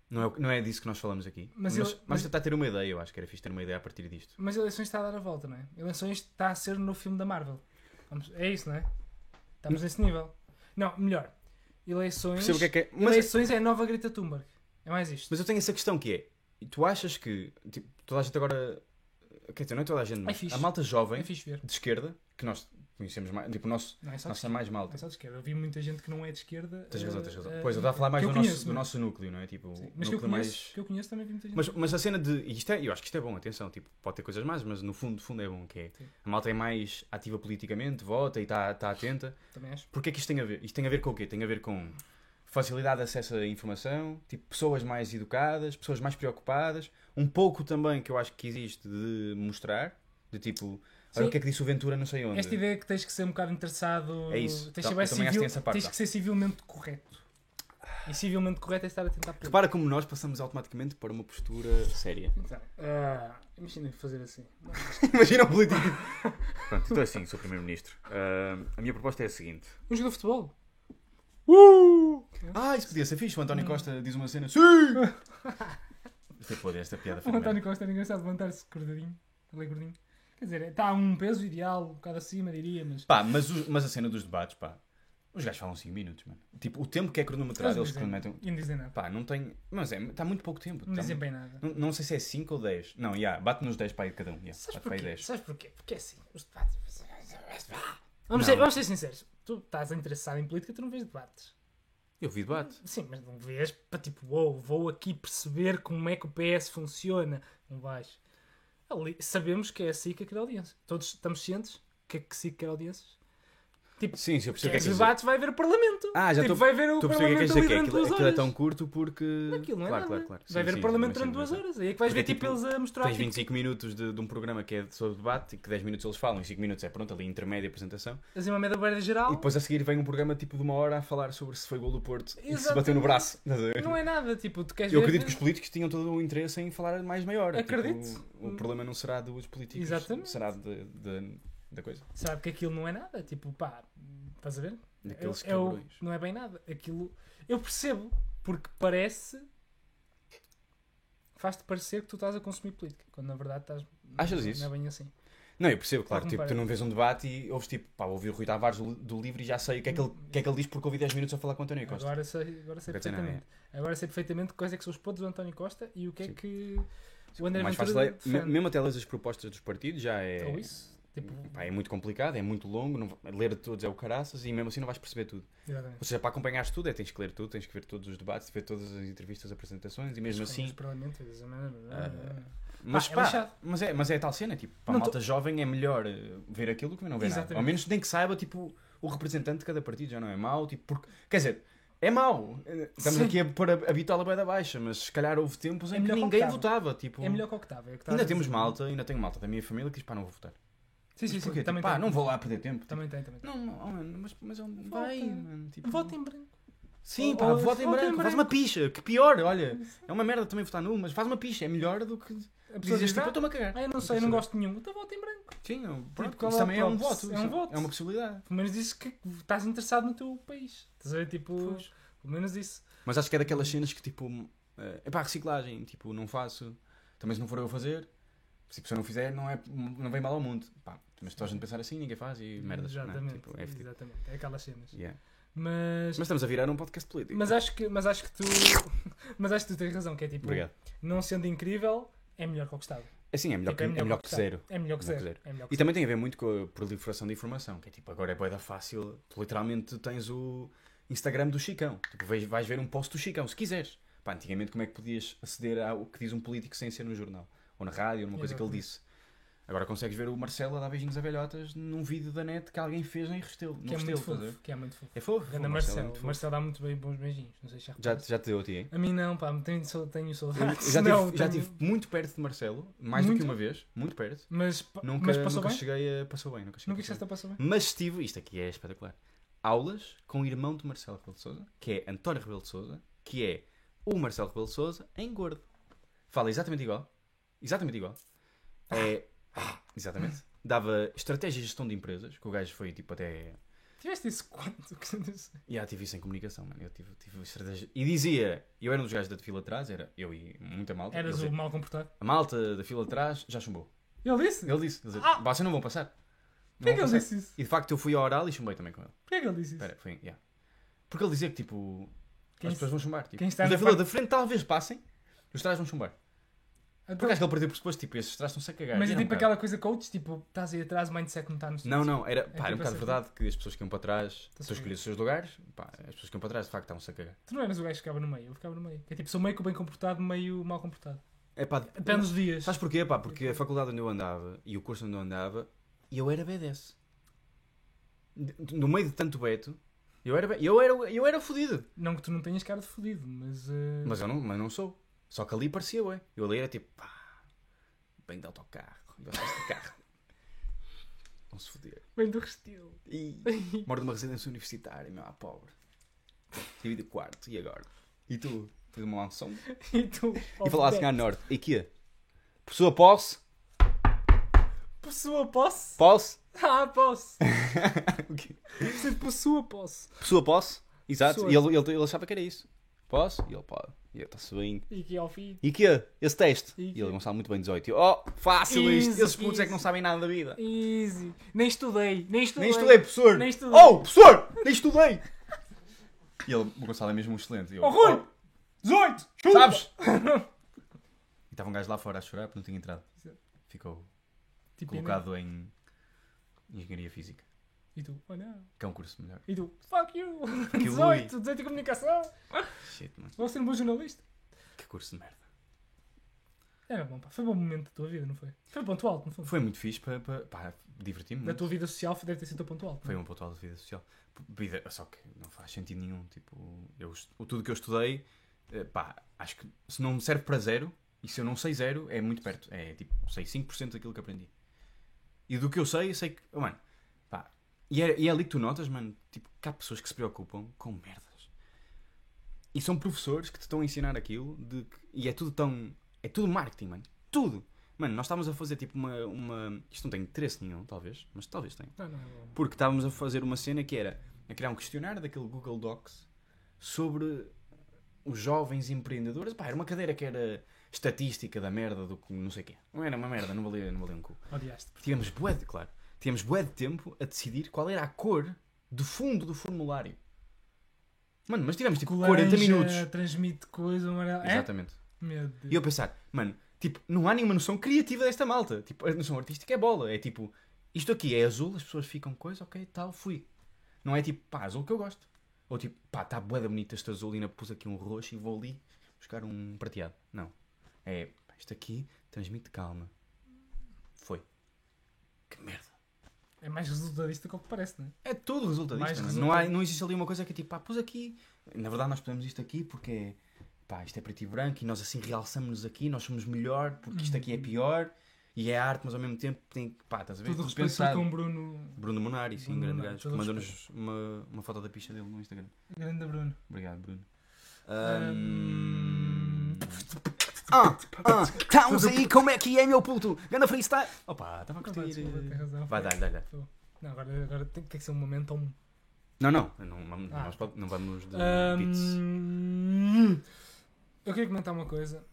Não é, o- não é disso que nós falamos aqui. Mas, Mas eu- mas, mas- tentar ter uma ideia, eu acho que era fixe ter uma ideia a partir disto. Mas eleições está a dar a volta, não é? Eleições está a ser no filme da Marvel. Vamos- é isso, não é? Estamos nesse nível. Não, melhor. Eleições. Percebo o que é que é. Mas, Eleições é a nova Greta Thunberg. É mais isto. mas eu tenho essa questão que é: e tu achas que tipo, toda a gente agora. Quer dizer, não é toda a gente, mas fixe. a malta jovem é fixe ver. de esquerda, que nós conhecemos mais, tipo, o nosso, Não é só de nossa mais Não é malta. só de esquerda. Eu vi muita gente que não é de esquerda. Tens eh, razão, tens razão. eh, Pois, eu estava a falar mais que do, eu nosso, conheço, do mas- nosso núcleo, não é? Tipo, o Sim, Mas que eu, núcleo conheço, mais. que eu conheço também vi muita gente. Mas, mas a cena de. e Isto é, eu acho que isto é bom, atenção, tipo, pode ter coisas más, mas no fundo, no fundo é bom, que é Sim. a malta é mais ativa politicamente, vota e está tá atenta. Também acho. Porquê é que isto tem a ver? Isto tem a ver com o quê? Tem a ver com facilidade de acesso à informação, tipo, pessoas mais educadas, pessoas mais preocupadas, um pouco também que eu acho que existe de mostrar, de tipo, olha Sim. o que é que disse o Ventura não sei onde. Esta ideia que tens que ser um bocado interessado. É isso. Tá- Tens, que, ser mais eu também acho que civil- tem essa parte, tens tá. que ser civilmente correto. E civilmente correto é estar a tentar por Repara como nós passamos automaticamente para uma postura séria. Então, ah, imagina fazer assim. Imagina o político. Pronto, então é assim, Sr. Primeiro-Ministro. Ah, a minha proposta é a seguinte. Um jogo de futebol. Uh! Ah, isso podia ser fixe. O Hum. António Costa diz uma cena. Sim! Tipo, esta piada foi O António Costa era engraçado levantar-se gordinho. Ele é gordinho. Quer dizer, está a um peso ideal, um bocado acima, diria, mas. Pá, mas, os- mas a cena dos debates, pá. Os gajos falam 5 minutos, mano. Tipo, o tempo que é cronometrado, não eles dizem, cronometram. e não dizem nada. Pá, não tem. Mas é, está muito pouco tempo. Não Tá dizem muito- bem nada. não, não sei se é 5 ou 10. Não, já, bate nos 10 para aí de cada um. já. Sabes bate para aí porquê? 10. Sabes porquê? Porque é assim, os debates. Vamos Não. ser, vamos ser sinceros. Tu estás interessado em política, tu não vês debates. Eu vi debate. Sim, mas não vês para tipo, uou, vou aqui perceber como é que o PS funciona. Não vais. Ali- sabemos que é a SIC que quer audiências. Todos estamos cientes que é que SIC quer audiências. Sim, sim, eu percebo o que é que Queres quer dizer. debates, vai haver Parlamento. Ah, já tipo, estou- vai haver o Tu percebes o que é que quer dizer? Parlamento ali Que durante aquilo, duas aquilo é horas. tão curto porque. Aquilo não é claro, nada. claro, claro. Sim, vai haver sim, o Parlamento também durante sei, também duas sei. horas. Aí é que vais Porque ver tipo é eles a mostrar. Tens tipo, 25 minutos de, de um programa que é sobre debate, que 10 minutos eles falam e 5 minutos é pronto, ali intermédia apresentação. Assim, uma merda verde geral. E depois a seguir vem um programa tipo de uma hora a falar sobre se foi gol do Porto e se bateu no Exatamente. braço. Estás a ver? Não é nada. Tipo, tu queres Eu ver- acredito que os políticos tinham todo o interesse em falar mais maior. Tipo, Acredito. o problema não será dos políticos, Exatamente. será de- de- da coisa. sabe que aquilo não é nada. Tipo, pá, estás a ver? Daqueles É o- é o- cabrões. não é bem nada. Aquilo eu percebo, porque parece. Faz-te parecer que tu estás a consumir política, quando na verdade estás. Achas não, isso? Não é bem assim. Não, eu percebo, claro. Algum Tipo, tu parece. não vês um debate e ouves tipo, pá, ouvi o Rui Tavares do, do livro e já sei o que, é que ele, o que é que ele diz porque ouvi 10 minutos a falar com o António Costa. Agora sei, agora sei Não quer dizer nada, perfeitamente. Agora sei perfeitamente quais é que são os pontos do António Costa e o que é Sim. que o André mais fácil é, Ventura me- defende. mesmo até ler as propostas dos partidos já é, Ou isso? Tipo, pá, é muito complicado, é muito longo, não, ler todos é o caraças e mesmo assim não vais perceber tudo. exatamente. Ou seja, para acompanhares tudo é tens que ler tudo, tens que ver todos os debates, ver todas as entrevistas, apresentações e mesmo Mas como assim. os parlamentos, Ah, Mas Pá, é pá, lixado. mas, é, mas é tal cena, tipo, para a Não tô- malta jovem é melhor eh, ver aquilo que não ver nada. Exatamente. Ao menos nem que saiba, tipo, o representante de cada partido já não é mau, tipo, porque, quer dizer, é mau. Eh, Estamos Sim. aqui a pôr a, a bitola bem da baixa, mas se calhar houve tempos em É que melhor que ninguém optava. votava, tipo, É melhor que o que estava. é o que estava ainda a dizer. temos malta, ainda tenho malta da minha família que diz, pá, não vou votar. Sim, sim, Mas sim. porquê? Tipo, Também pá, tem. não vou lá perder tempo. Também tem, também Tipo, tem. Não, oh, mano, mas, mas é um... Vota. vai, mano, tipo, Vota em branco. Sim, Ou- pá, ou- vota em vota em branco, faz branco. uma picha, que pior, olha. É uma merda também votar nulo, mas faz uma picha, é melhor do que A pessoa dizes diz, tipo, eu ah, estou-me a cagar. ah, eu não sei, eu não gosto de nenhum. Então vota em branco. Sim, eu- pronto, qual isso é o também é um próprio- voto. é isso um voto. É uma possibilidade. Pelo menos isso que estás interessado no teu país. Estás a ver? Tipo, pelo menos isso. Mas acho que é daquelas cenas que tipo. É pá, reciclagem. Tipo, não faço. Também se não for eu a fazer. Se a pessoa não fizer, não, é, não vem mal ao mundo. Pá, mas toda a gente pensar assim, ninguém faz e merdas. não é? Exatamente. Tipo, é fedido. exatamente. É aquelas cenas. Yeah. Mas, Mas estamos a virar um podcast político. mas, é- acho que, mas acho que tu. Mas acho que tu tens razão, que é tipo, Obrigado. não sendo incrível, é melhor que o que estava. Assim, é melhor, Tipo, que, é melhor que o estava. zero. É melhor que Melhor que zero. zero. É melhor que E zero. também tem a ver muito com a proliferação da informação, que é tipo, agora é boeda fácil, tu literalmente tens o Instagram do Chicão, tipo, vais, vais ver um post do Chicão, se quiseres. Pá, antigamente como é que podias aceder ao que diz um político sem ser no jornal, ou na rádio, ou numa coisa que ele Exatamente. disse. Agora consegues ver o Marcelo a dar beijinhos a velhotas num vídeo da net que alguém fez em Restelo. no Que é Restelo, muito estás a ver? fofo. Que é muito fofo. É fofo. Ganda o Marcelo é Marcelo. muito fofo. Marcelo dá muito bem bons beijinhos. Não sei se já Já, reparaste. já te deu a ti, hein? A mim não, pá, me tenho, só- tenho Eu saudades. já Não, estive já tenho- tive muito perto de Marcelo, mais do Muito? que uma vez, muito perto. Mas, pa- Nunca, mas passou nunca bem? cheguei a... Passou bem, nunca cheguei a Nunca passar chegaste a passar bem? Mas estive, isto aqui é espetacular, aulas com o irmão de Marcelo Rebelo de Souza, que é António Rebelo de Souza, que é o Marcelo Rebelo de Souza em gordo. Fala exatamente igual. Exatamente igual. É, Ah. exatamente. Dava estratégia e gestão de empresas, que o gajo foi tipo até. Tiveste isso quanto? Que não sei. E yeah, tive isso em comunicação, mano. Eu tive, tive estratégia. E dizia, eu era um dos gajos da fila atrás, era eu e muita malta. Eras Ele o dizia, mal comportado. A malta da fila atrás já chumbou. Ele disse? Ele disse, ele dizia, Ah! vocês não vão passar. Não vão Porquê que ele passar." disse isso? E de facto eu fui ao oral e chumbei também com ele. Porquê que ele disse isso? Espera, foi. yeah. Porque ele dizia que tipo. Quem as pessoas vão chumbar. Tipo. quem está os da na fila parte- da frente talvez passem, os trás vão chumbar. Então, Porque acho que ele perdeu por suposto, tipo, esses trás estão-se a cagar. mas E é era um tipo bocado- aquela coisa coach, tipo, estás aí atrás, o mindset não está no Não, não, era, pá, era um tipo bocado essa- Tá verdade que as pessoas que iam para trás, tu Tá-se a cagar. escolhias os seus lugares, pá, as pessoas que iam para trás de facto estavam-se a cagar. Tu não eras o gajo que ficava no meio, eu ficava no meio. Que é tipo, sou meio que bem comportado, meio mal comportado. É pá, Depende dos dias. sabes porquê? Pá, porque a faculdade onde eu andava e o curso onde eu andava, eu era BDS. De- No meio de tanto Beto, eu era, be- eu era, eu era fodido. Não que tu não tenhas cara de fodido, mas. eh, Mas é. eu não, mas não sou. Só que ali parecia, ué. Eu ali era tipo, pá, bem de autocarro, e vocês de carro. Vão se foder. Bem do restilo. E moro numa residência universitária, meu, à pobre. Tive de quarto, e agora? E tu? Fiz uma mansão. e tu. E falava assim à norte, e que Por sua posse, Possua posse? posse, Ah, posse! O quê? Você possua posse. por sua posse, exato. Sua. E ele, ele, ele achava que era isso. Posso? E ele pode. E ele está-se bem. E aqui ao fim. E que é? Esse teste. E E, que- é? ele não sabe muito bem 18. E eu, Oh, fácil isto. Easy, Esses putos é que easy. não sabem nada da vida. Easy. Nem estudei, nem estudei. Nem estudei, professor! Nem estudei. Oh, professor! Nem estudei! E ele, o Gonçalo é mesmo um excelente. E Eu, Oh, Rui! 18! chupa! Sabes? e estava um gajo lá fora a chorar porque não tinha entrado. Exato. Ficou Tipo, colocado em Engenharia Física. E tu, oh não. Que é um curso melhor. E tu, fuck you. Que 18, 18 de comunicação. Shit, mano. Vou ser um bom jornalista. Que curso de merda. Era bom, pá. Foi um bom momento da tua vida, não foi? Foi um ponto alto, não foi? Foi muito fixe para. para pá, diverti-me Da muito. tua vida social deve ter sido o teu ponto alto. não Foi é? um ponto alto de vida social. P- Vida, só que não faz sentido nenhum. Tipo, eu, est- o tudo que eu estudei, eh, pá, acho que se não me serve para zero, e se eu não sei zero, é muito perto. É tipo, sei 5% daquilo que aprendi. E do que eu sei, eu sei que. oh, Mano, pá. E é, e é ali que tu notas, mano, tipo, que há pessoas que se preocupam com merdas. E são professores que te estão a ensinar aquilo de que- e é tudo tão. É tudo marketing, mano. Tudo! Mano, nós estávamos a fazer tipo uma, uma. Isto não tem interesse nenhum, talvez, mas talvez tenha. Não, é não, não. Porque estávamos a fazer uma cena que era a criar um questionário daquele Google Docs sobre os jovens empreendedores. Pá, era uma cadeira que era estatística da merda do que não sei o quê. Não era uma merda, não valia, não valia um cu. Odiaste. Tínhamos bué de, claro, tínhamos bué de tempo a decidir qual era a cor do fundo do formulário. Mano, mas tivemos tipo 40 Laranja, minutos. eh, transmite coisa amarela. É? Exatamente. Meu E eu Deus. a pensar, mano, tipo, não há nenhuma noção criativa desta malta. Tipo, a noção artística é bola. É tipo, isto aqui é azul, as pessoas ficam coisa, ok, tal, fui. Não é tipo, pá, azul que eu gosto. Ou tipo, pá, tá boeda bonita este azul e ainda pus aqui um roxo e vou ali buscar um prateado. Não. É, pá, isto aqui transmite calma. Foi. Que merda. É mais resultadista do que o que parece, não é? É tudo resulta Mais disto. mano. resulta- Não, há, não existe ali uma coisa que é tipo, pá, pus aqui. Na verdade, nós pusemos isto aqui porque é, pá, isto é preto e branco e nós assim realçamos-nos aqui, nós somos melhor porque isto Uhum. aqui é pior e é arte, mas ao mesmo tempo tem que, pá, estás a ver? Todo Tudo respeito para com o Bruno. Bruno Monari, sim, Bruno grande Monari, gajo, todo que mandou-nos uma, uma foto da picha dele no Instagram. Grande Bruno. Obrigado, Bruno. Hum. Ah, ah, estamos aí, como é que é, meu puto? Ganda freestyle! Opa, estava a Ah, pá, curtir. eh, desculpa, tem razão. Vai, dá, dá, dá. Não, agora, agora tem, tem que ser um momento tão. Não, não, não, não, Ah. nós pode- não vamos de beats. Hum, eu queria comentar uma coisa.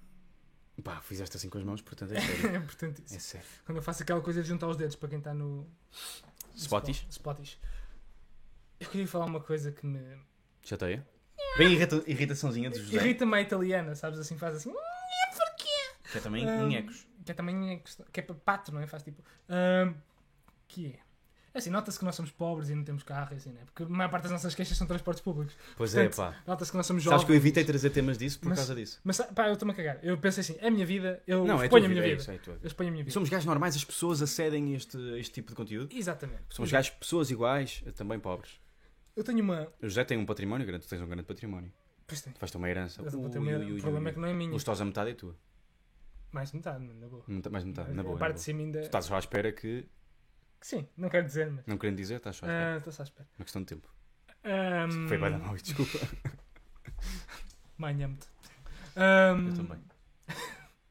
Pá, fizeste assim com as mãos, portanto é sério. É importantíssimo. É sério. Quando eu faço aquela coisa de juntar os dedos para quem está no. Spotis? Spot- Spotis. Eu queria falar uma coisa que me. Chateia? Bem irrita irritaçãozinha de José. Irrita-me a italiana, sabes? Assim, faz assim. "Hum, é porque. Que é também Hum. em ecos. Que é também. é questão- Que é para pato, não é? Faz tipo. "Hum, que é. É Assim, nota-se que nós somos pobres e não temos carro, e assim, né? Porque a maior parte das nossas queixas são transportes públicos. Pois é, é, Portanto, pá. Nota-se que nós somos jovens. Sabes que eu evitei trazer temas disso por Mas- causa disso. Mas pá, eu estou-me a cagar. Eu pensei assim, é a minha vida, eu Não, é tua exponho a vida. minha é vida. isso, é tua vida. Eu exponho a minha vida. Somos gajos normais, as pessoas acedem a este, a este tipo de conteúdo. Exatamente. Somos gajos, pessoas iguais, também pobres. Eu tenho uma. O José tem um património grande, tu tens um grande património. Pois tem. Faz-te uma herança. Eu Ui, tenho uma- ui, ui, o problema ui. é que não é minha. Os tos a metade é tua. Mais de metade, na boa. Meta- Mais de metade, Tá, na boa. na A É, parte boa. de cima ainda. Tu estás só à espera que. Sim, não quero dizer, mas. Não querendo dizer, estás só à espera. Ah, Estou só à espera. Uma questão de tempo. Ahm, Foi bem da mal, desculpa. Manhã-me-te. Ahm, Eu também.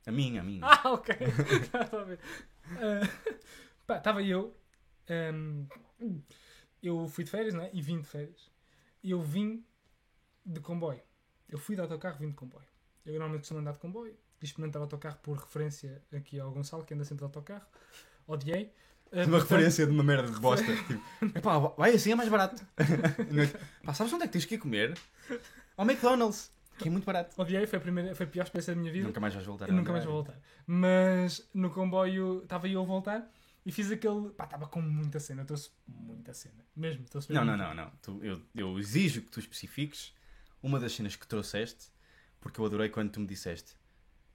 A minha, a minha. Ah, ok. Estava a ver. Ah, pá, estava eu. ahm, eu fui de férias, não é? E vim de férias. E eu vim de comboio. Eu fui de autocarro, vim de comboio. Eu normalmente costumo andar de comboio. Quis experimentar autocarro por referência aqui ao Gonçalo, que anda sempre de autocarro. Odiei. Ah, Uma portanto, referência de uma merda de bosta. Tipo, epá, vai assim, é mais barato. Pá, sabes onde é que tens que ir comer? Ao McDonald's, que é muito barato. Odiei, foi a, primeira, foi a pior experiência da minha vida. Nunca mais vais voltar. Eu nunca mais vou voltar. Mas no comboio estava eu a voltar e fiz aquele. Pá, estava com muita cena, eu trouxe muita cena. Mesmo, trouxe Não, mesmo não, muita não. não. Tu- eu, eu exijo que tu especifiques uma das cenas que trouxeste, porque eu adorei quando tu me disseste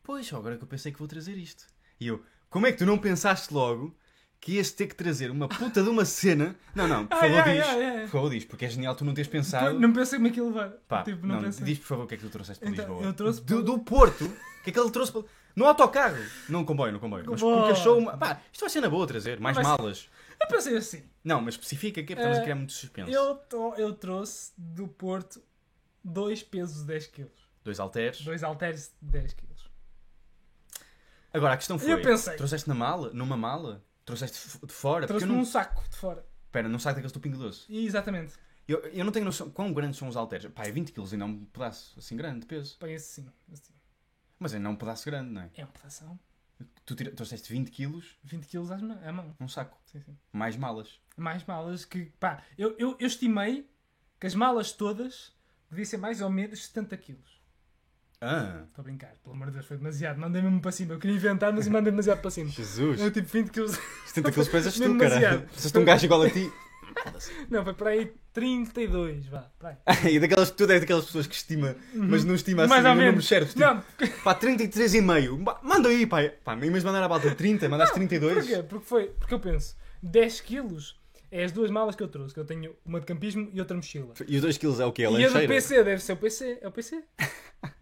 Pois, só agora que eu pensei que vou trazer isto. E eu, como é que tu não pensaste logo que ias ter que trazer uma puta de uma cena? Não, não, por Ah, favor, yeah, diz. yeah, yeah. Por favor, diz, porque é genial tu não teres pensado. Não pensei como é que ia levar. Pá, Tipo, não, não, pensei. diz por favor o que é que tu trouxeste para Então, Lisboa. eu trouxe do, do Porto. O que é que ele trouxe para... No autocarro. Não um comboio, no comboio. Mas Comboio. porque achou uma... Pá, isto vai ser na boa trazer. Mais Vai ser- malas. Eu pensei assim. Não, mas especifica que é porque estamos Eh, a criar muito suspense. Eu, to- eu trouxe do Porto 2 pesos 10 quilos. Dois alteres. 2 halteres de 10 quilos. Agora, a questão foi... Eu pensei. Trouxeste na mala? Numa mala? Trouxeste f- de fora? Porque Trouxe eu num não... saco de fora. Espera, não sai daqueles do Pingo Doce. E, exatamente. Eu, eu não tenho noção quão grandes são os halteres. Pá, é 20 kg, ainda é um pedaço assim grande de peso. Pá, esse sim. esse sim. Mas ainda é um pedaço grande, não é? É uma pedação. Tu tira... trouxeste 20 kg, 20 quilos às mã- à mão. um saco. Sim, sim. Mais malas. mais malas que, pá, eu, eu, eu estimei que as malas todas devia ser mais ou menos 70 quilos. Ah, Estou a brincar, pelo amor de Deus, foi demasiado. Mandei mesmo para cima. Eu queria inventar, mas mandei demasiado para cima. Jesus. é Eu tipo 20 quilos. 70 quilos pesas tu, Mesmo cara. demasiado. Precisas de um gajo igual a ti. Não, foi para aí 32, vá. para aí. e daquelas, tu és daquelas pessoas que estima, mas não estima assim Uhum. Mais ou os menos. números certos. Tipo, Não, pá, 33,5. Ba- Manda aí, pá. Pá, em vez de mandar a balta 30, mandaste 32. Porquê? Porque foi, porque eu penso, 10 quilos é as duas malas que eu trouxe, que eu tenho uma de campismo e outra mochila. E os 2 quilos é o quê? A E a do lancheira? PC deve ser o PC, é o PC.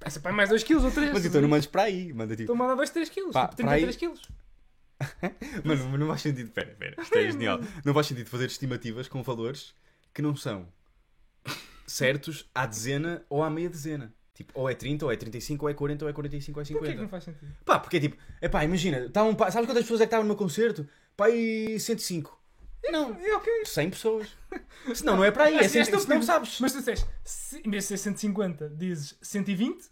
Essa para mais 2 quilos ou 3. Mas então não mandes para aí. Manda tipo. Estou a mandar 2, 3 quilos, Pá, tipo para aí- 33 quilos. Então, Mano, não faz sentido. Pera, pera. Isto é genial. Não faz sentido fazer estimativas com valores que não são certos à dezena ou à meia dezena. Tipo, ou é 30, ou é 35, ou é 40, ou é 45, ou é Porquê que 50. não faz sentido? Pá, porque é tipo, epá, imagina, estavam, pá, sabes quantas pessoas é que estavam no meu concerto? Pá, aí 105. Não, É ok. 100 pessoas. Senão não é para aí, é Assim, 100, és tão senão não feliz. sabes. Mas tu disseste, se- em vez de ser 150, dizes 120. Estás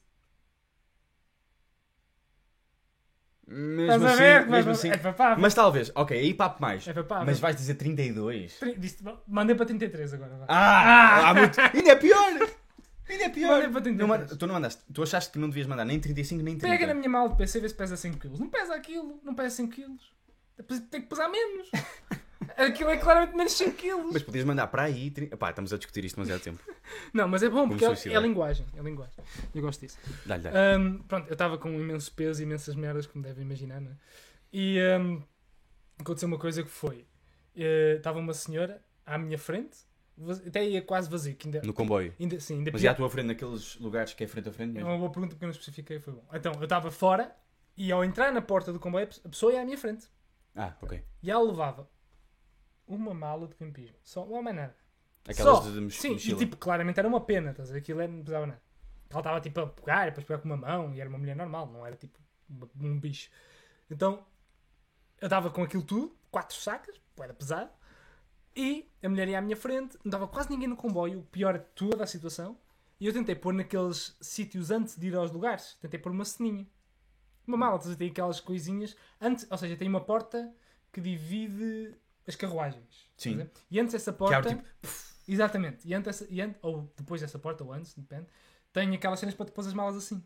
Mesmo a ver? assim, mesmo Mas- assim. É papá. Mas talvez, ok, aí papo mais. É papável. Mas vais dizer 32. Tri- disse- Mandei para 33 agora. vá. Ah! há muito. Ainda é pior! Ainda é pior! Olha, vou tentar. Não manda- tu não mandaste, tu achaste que não devias mandar nem 35 nem Pega na 30. minha mala de PC e vê se pesa 5 kg. Não pesa aquilo, não pesa 5 kg. Tem que pesar menos. Aquilo é claramente menos 5 kg. Mas podias mandar para aí. Tri... Epá, estamos a discutir isto demasiado tempo. Não, mas é bom porque é, suicidar. é linguagem. É linguagem. Eu gosto disso. Dá-lhe, dá Ahm, pronto, eu estava com um imenso peso e imensas merdas, como devem imaginar, não é? E ahm, aconteceu uma coisa que foi: eh, estava uma senhora à minha frente, vaz- até ia quase vazio. Que ainda, No comboio. ainda, sim, ainda Mas e à tua frente, naqueles lugares que é frente a frente É mesmo? uma boa pergunta porque eu não especifiquei, foi bom. Então, eu estava fora e ao entrar na porta do comboio, a pessoa ia à minha frente. Ah, ok. E ela levava uma mala de campismo. Só, não há mais nada. Aquelas Só. de, de moch- Sim, mochila. e tipo, claramente era uma pena, estás a ver? Aquilo era- não pesava nada. Ela estava tipo a pegar, depois pegar com uma mão e era uma mulher normal, não era tipo uma- um bicho. Então, eu estava com aquilo tudo, quatro sacas, pô, era pesado, e a mulher ia à minha frente, não dava quase ninguém no comboio, o pior de toda a situação, e eu tentei pôr naqueles sítios antes de ir aos lugares, tentei pôr uma ceninha. Uma mala, estás a ver? Tem aquelas coisinhas, antes, ou seja, tem uma porta que divide as carruagens. Sim. estás a ver? E antes essa Que porta... abre, tipo, Exatamente. E antes, essa- e antes- ou depois dessa porta, ou antes, depende, tem aquelas cenas para tu pôr as malas assim.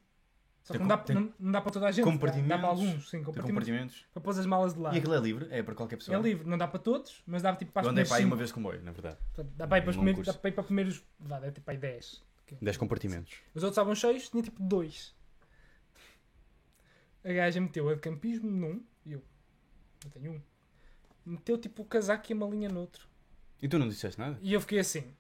Só Tem que não dá, com- tem não, não dá para toda a gente. Dá, dá compartimentos. para alguns, sim, de compartimentos. compartimentos. Para pôr as malas de lado. E aquilo é livre? É para qualquer pessoa? É livre, não dá para todos, mas dá tipo para Eu as andei primeiras para aí uma cinco. vez de comboio, na verdade. Portanto, Dá para ir para os num primeiros, curso. dá para ir para primeiros, vá, dá tipo para aí 10. 10 compartimentos. Os outros estavam cheios, tinha tipo 2. A gaja meteu a de campismo num, e eu, eu tenho um. Meteu tipo o casaco e a malinha noutro. E tu não disseste nada? E eu fiquei assim,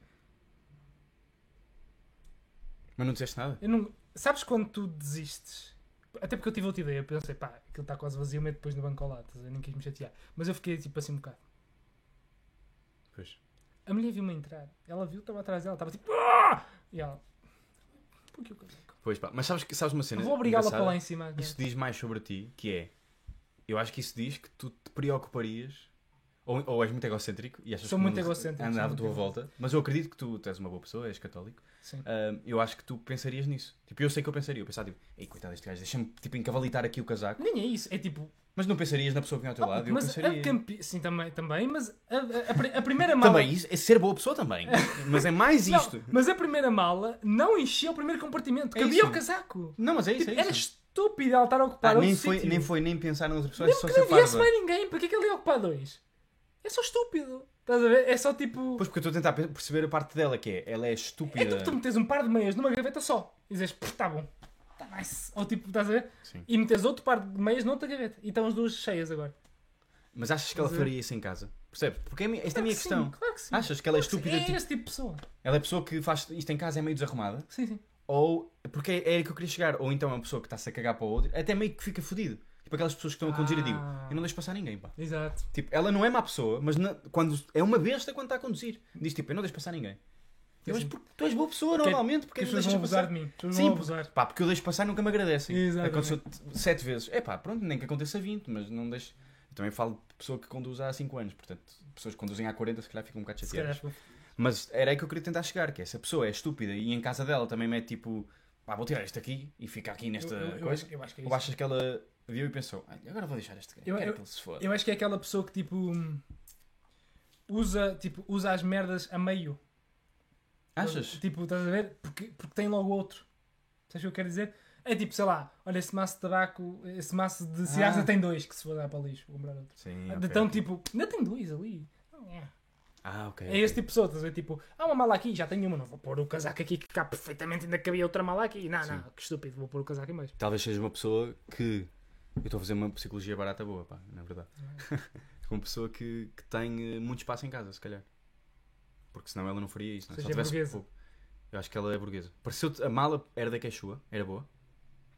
Mas não disseste nada? Eu não- Sabes quando tu desistes? Até porque eu tive outra ideia, eu pensei, pá, aquilo está quase vazio, mas depois no banco ao lado, estás a ver? nem quis me chatear. Mas eu fiquei tipo assim um bocado. Pois. A mulher viu-me entrar, ela viu, estava atrás dela, estava tipo. "Ah!" E ela. Por que o casaco? Pois pá. Mas é sabes, que- sabes uma cena Eu vou obrigá-la para engraçada? lá em cima. agora. Isso diz mais sobre ti, que é... Eu acho que isso diz que tu te preocuparias... Ou, ou és muito egocêntrico e achas Sou que o muito mundo egocêntrico, anda sou à muito tua volta. Mas eu acredito que tu, tu és uma boa pessoa, és católico. Sim. Ahm, eu acho que tu pensarias nisso. Tipo, eu sei que eu pensaria. Eu pensava tipo... Ei, coitado deste gajo, deixa-me tipo, encavalitar aqui o casaco. Nem é isso, é tipo. Mas não pensarias na pessoa que vinha ao teu "Ah, lado. Eu mas pensaria... a campi... Sim, também, também mas a, a- a pri- a primeira mala. Também, isso é ser boa pessoa também. Mas é mais Não, isto. mas a primeira mala não enchia o primeiro compartimento, É cabia isso. o casaco. Não, mas é isso, Tipo, é era isso. estúpido ela estar a ocupar Ah, outro nem, foi, sítio. nem foi nem pensar nas outras pessoas, Mesmo só que ser não viesse parva. mais ninguém, para que é que ele ia ocupar dois? É só estúpido. Estás a ver? É só tipo. Pois porque eu estou a tentar pe- perceber a parte dela que é, ela é é tipo estúpida. tu metes um par de meias numa gaveta só e dizes, "Pff, tá bom, tá nice. Ou tipo, estás a ver? Sim. E metes outro par de meias noutra gaveta e estão as duas cheias agora. Mas achas que ela Mas eu- faria isso em casa? Percebes? Porque é a minha- esta é a Claro minha que questão. Sim, claro que sim. Achas que ela é Claro que estúpida? sim. tipo, É esse tipo de pessoa. ela é a pessoa que faz isto em casa é meio desarrumada? Sim, sim. Ou. Porque é aí que eu queria chegar. Ou então é uma pessoa que está-se a cagar para o outro, até meio que fica fodido. Tipo aquelas pessoas que estão a conduzir e digo, Ah. eu não deixo passar ninguém, pá. Exato. Tipo, ela não é má pessoa, mas na- quando é uma besta quando está a conduzir. Diz tipo, eu não deixo passar ninguém. Eu, mas Sim. porque tu és boa pessoa normalmente, porque Porque as não pessoas vão deixas abusar passar. de mim. As pessoas Sim, vão porque- abusar. Pá, porque eu deixo passar e nunca me agradecem. Exatamente. Aconteceu t- sete vezes. É pá, pronto, nem que aconteça 20, mas não deixo. Eu também falo de pessoa que conduz há 5 anos, portanto, pessoas que conduzem há 40 se calhar ficam um bocado Se calhar. chateadas. Mas era aí que eu queria tentar chegar, que essa pessoa é estúpida e em casa dela também mete tipo, pá, vou tirar isto aqui e fica aqui Eu, nesta eu, eu, coisa. acho, eu acho que é Ou isso. achas que ela viu e pensou, "Ai, agora vou deixar este gajo, Eu- quero eu- que ele se foda. Eu acho que é aquela pessoa que tipo. Usa, tipo, usa as merdas a meio. Achas? Tipo, estás a ver? Porque, porque tem logo outro. Sabes o que eu quero dizer? É tipo, sei lá, olha, esse maço de tabaco, esse maço de cigarros Ah. tem dois, que se for dar para o lixo, vou comprar outro. Sim, ok, Então, ok. tipo, ainda tem dois ali. É. Ah, ok. É esse tipo de pessoa, estás a ver? Tipo, há uma mala aqui, já tenho uma, não vou pôr o casaco aqui que cá perfeitamente, ainda cabia outra mala aqui. Não, não, que estúpido, vou pôr o casaco em mais. Talvez seja uma pessoa que. Eu estou a fazer uma psicologia barata boa, pá, na verdade. é? uma pessoa que, que tem eh, muito espaço em casa, se calhar. Porque senão ela não faria isso, não é? Ou Se seja, ela é burguesa. pouco. Eu acho que ela é burguesa. Pareceu-te. A mala era da Quechua, era boa.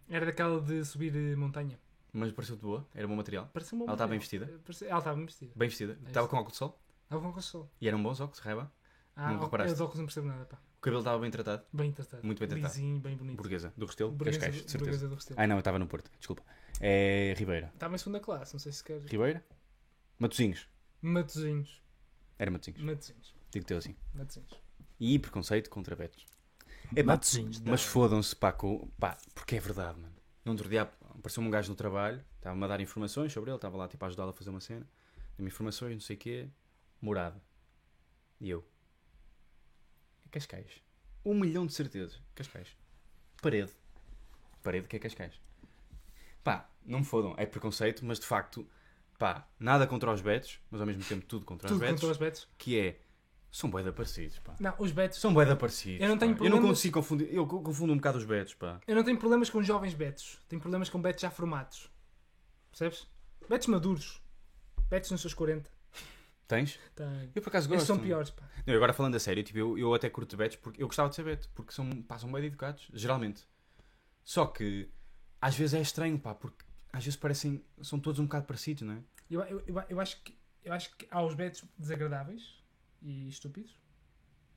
Era daquela de subir eh, montanha. Mas pareceu-te boa, era bom material. Pareceu uma Ela estava montanha. bem vestida? Parecia- Ela estava bem vestida. Bem vestida. É isso. Estava com óculos de sol Estava com console. e eram bons óculos, raiva. Ah, Não ok, reparaste? eu de óculos não percebo nada, pá. O cabelo estava bem tratado. Bem tratado. Muito bem tratado. Lisinho, bem bonito. Burguesa. Do Restelo, Burguesa- Cascais, de certeza. burguesa do Restelo. Ah, não, eu estava no Porto, desculpa. É Ribeira. Estava Tá em segunda classe, não sei se queres. Ribeira? Matozinhos. Matozinhos. Era Matozinhos. Matozinhos. Digo-te eu assim. Matozinhos. E preconceito contra betos. É, pá, Matozinhos. Mas fodam-se, pá, com... pá, porque é verdade, mano. No outro dia apareceu-me um gajo no trabalho, estava-me a dar informações sobre ele, estava lá tipo a ajudá-lo a fazer uma cena, deu-me informações, não sei o quê, morada. E eu. Cascais. Um milhão de certezas. Cascais. Parede. Parede que é Cascais. Pá, não me fodam, é preconceito, mas de facto, pá, nada contra os betos, mas ao mesmo tempo tudo contra os Tudo betos, contra os betos. que é. São boeda parecidos, pá. Não, os betos. São bué de parecidos. Eu não tenho pá. Eu não problemas- consigo confundir. Eu co- confundo um bocado os betos, pá. Eu não tenho problemas com jovens betos. Tenho problemas com betos já formados. Percebes? Betos maduros. Betos nos seus 40. Tens? Tá. Eu por acaso gosto. Esses são mano. piores, pá. Não, agora falando a sério, tipo, eu, eu até curto betos porque eu gostava de ser beto, porque são, pá, são bem educados, geralmente. Só que às vezes é estranho, pá, porque às vezes parecem. são todos um bocado parecidos, não é? Eu, eu, eu, eu acho que, eu acho que há os betos desagradáveis e estúpidos.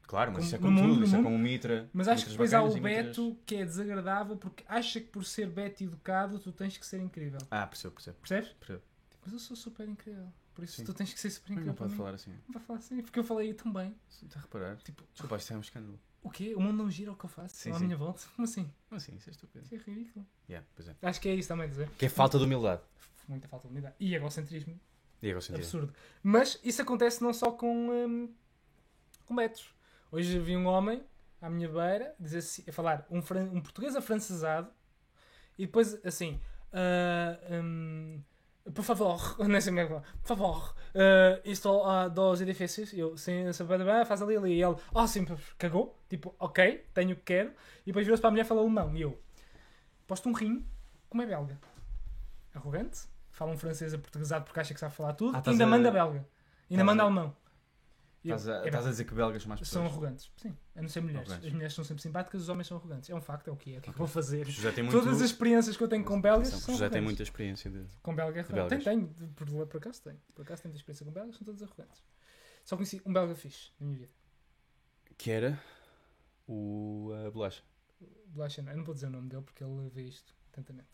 Claro, mas Como- isso é no como mundo, tudo, no isso é mundo. como o Mitra. Mas acho que mitras depois há o bacanas e mitras- beto que é desagradável porque acha que por ser beto educado tu tens que ser incrível. Ah, percebo, percebo. Percebes? percebo. Mas eu sou super incrível. Por isso Sim. tu tens que ser super Não, incrível. para pode mim. falar assim. Não vai falar assim, porque eu falei tão bem. Está a reparar? Tipo, Desculpa, isto é um escândalo. o quê? O mundo não gira o que eu faço Sim, à sim. minha volta? Como assim? Não, sim, isso é estúpido. Isso é ridículo. Yeah, pois é. Acho que é isso também, dizer. Que é falta de humildade. Muita falta de unidade. E egocentrismo. E é agora sentido. Absurdo. Mas isso acontece não só com, hum, com betos. Hoje vi um homem à minha beira dizer assim- a falar um, fran- um português afrancesado e depois assim. ah, hum, por favor, não sei como é que fala. Por favor, ah, estou a dos edifícios. E Eu, sim, sim, bem, bem, faz ali ali. E ele, oh, sim, cagou. Tipo, ok, tenho o que quero. E depois virou-se para a mulher e falou alemão. E eu, posto um rim, como é belga. Arrogante, fala um francês aportuguesado porque acha que sabe falar tudo. Ah, e estás ainda a- manda belga. Ainda estás manda a- alemão. E eu, Estás a, é estás a dizer que belgas são mais são pessoas. arrogantes, sim. A não ser mulheres. Arrogantes. As mulheres são sempre simpáticas, os homens são arrogantes. É um facto, é o que é. O que é que eu vou fazer? José tem muito... Todas as experiências que eu tenho com belgas Atenção, são José tem arrogantes. muita experiência de... Com belga é arrogante. belgas. Tenho, tenho. Por, por acaso tenho. Por acaso tenho muita experiência com belgas, são todos arrogantes. Só conheci um belga fixe na minha vida. Que era o uh, Bolacha. Bolacha não. Eu não vou dizer o nome dele porque ele vê isto atentamente.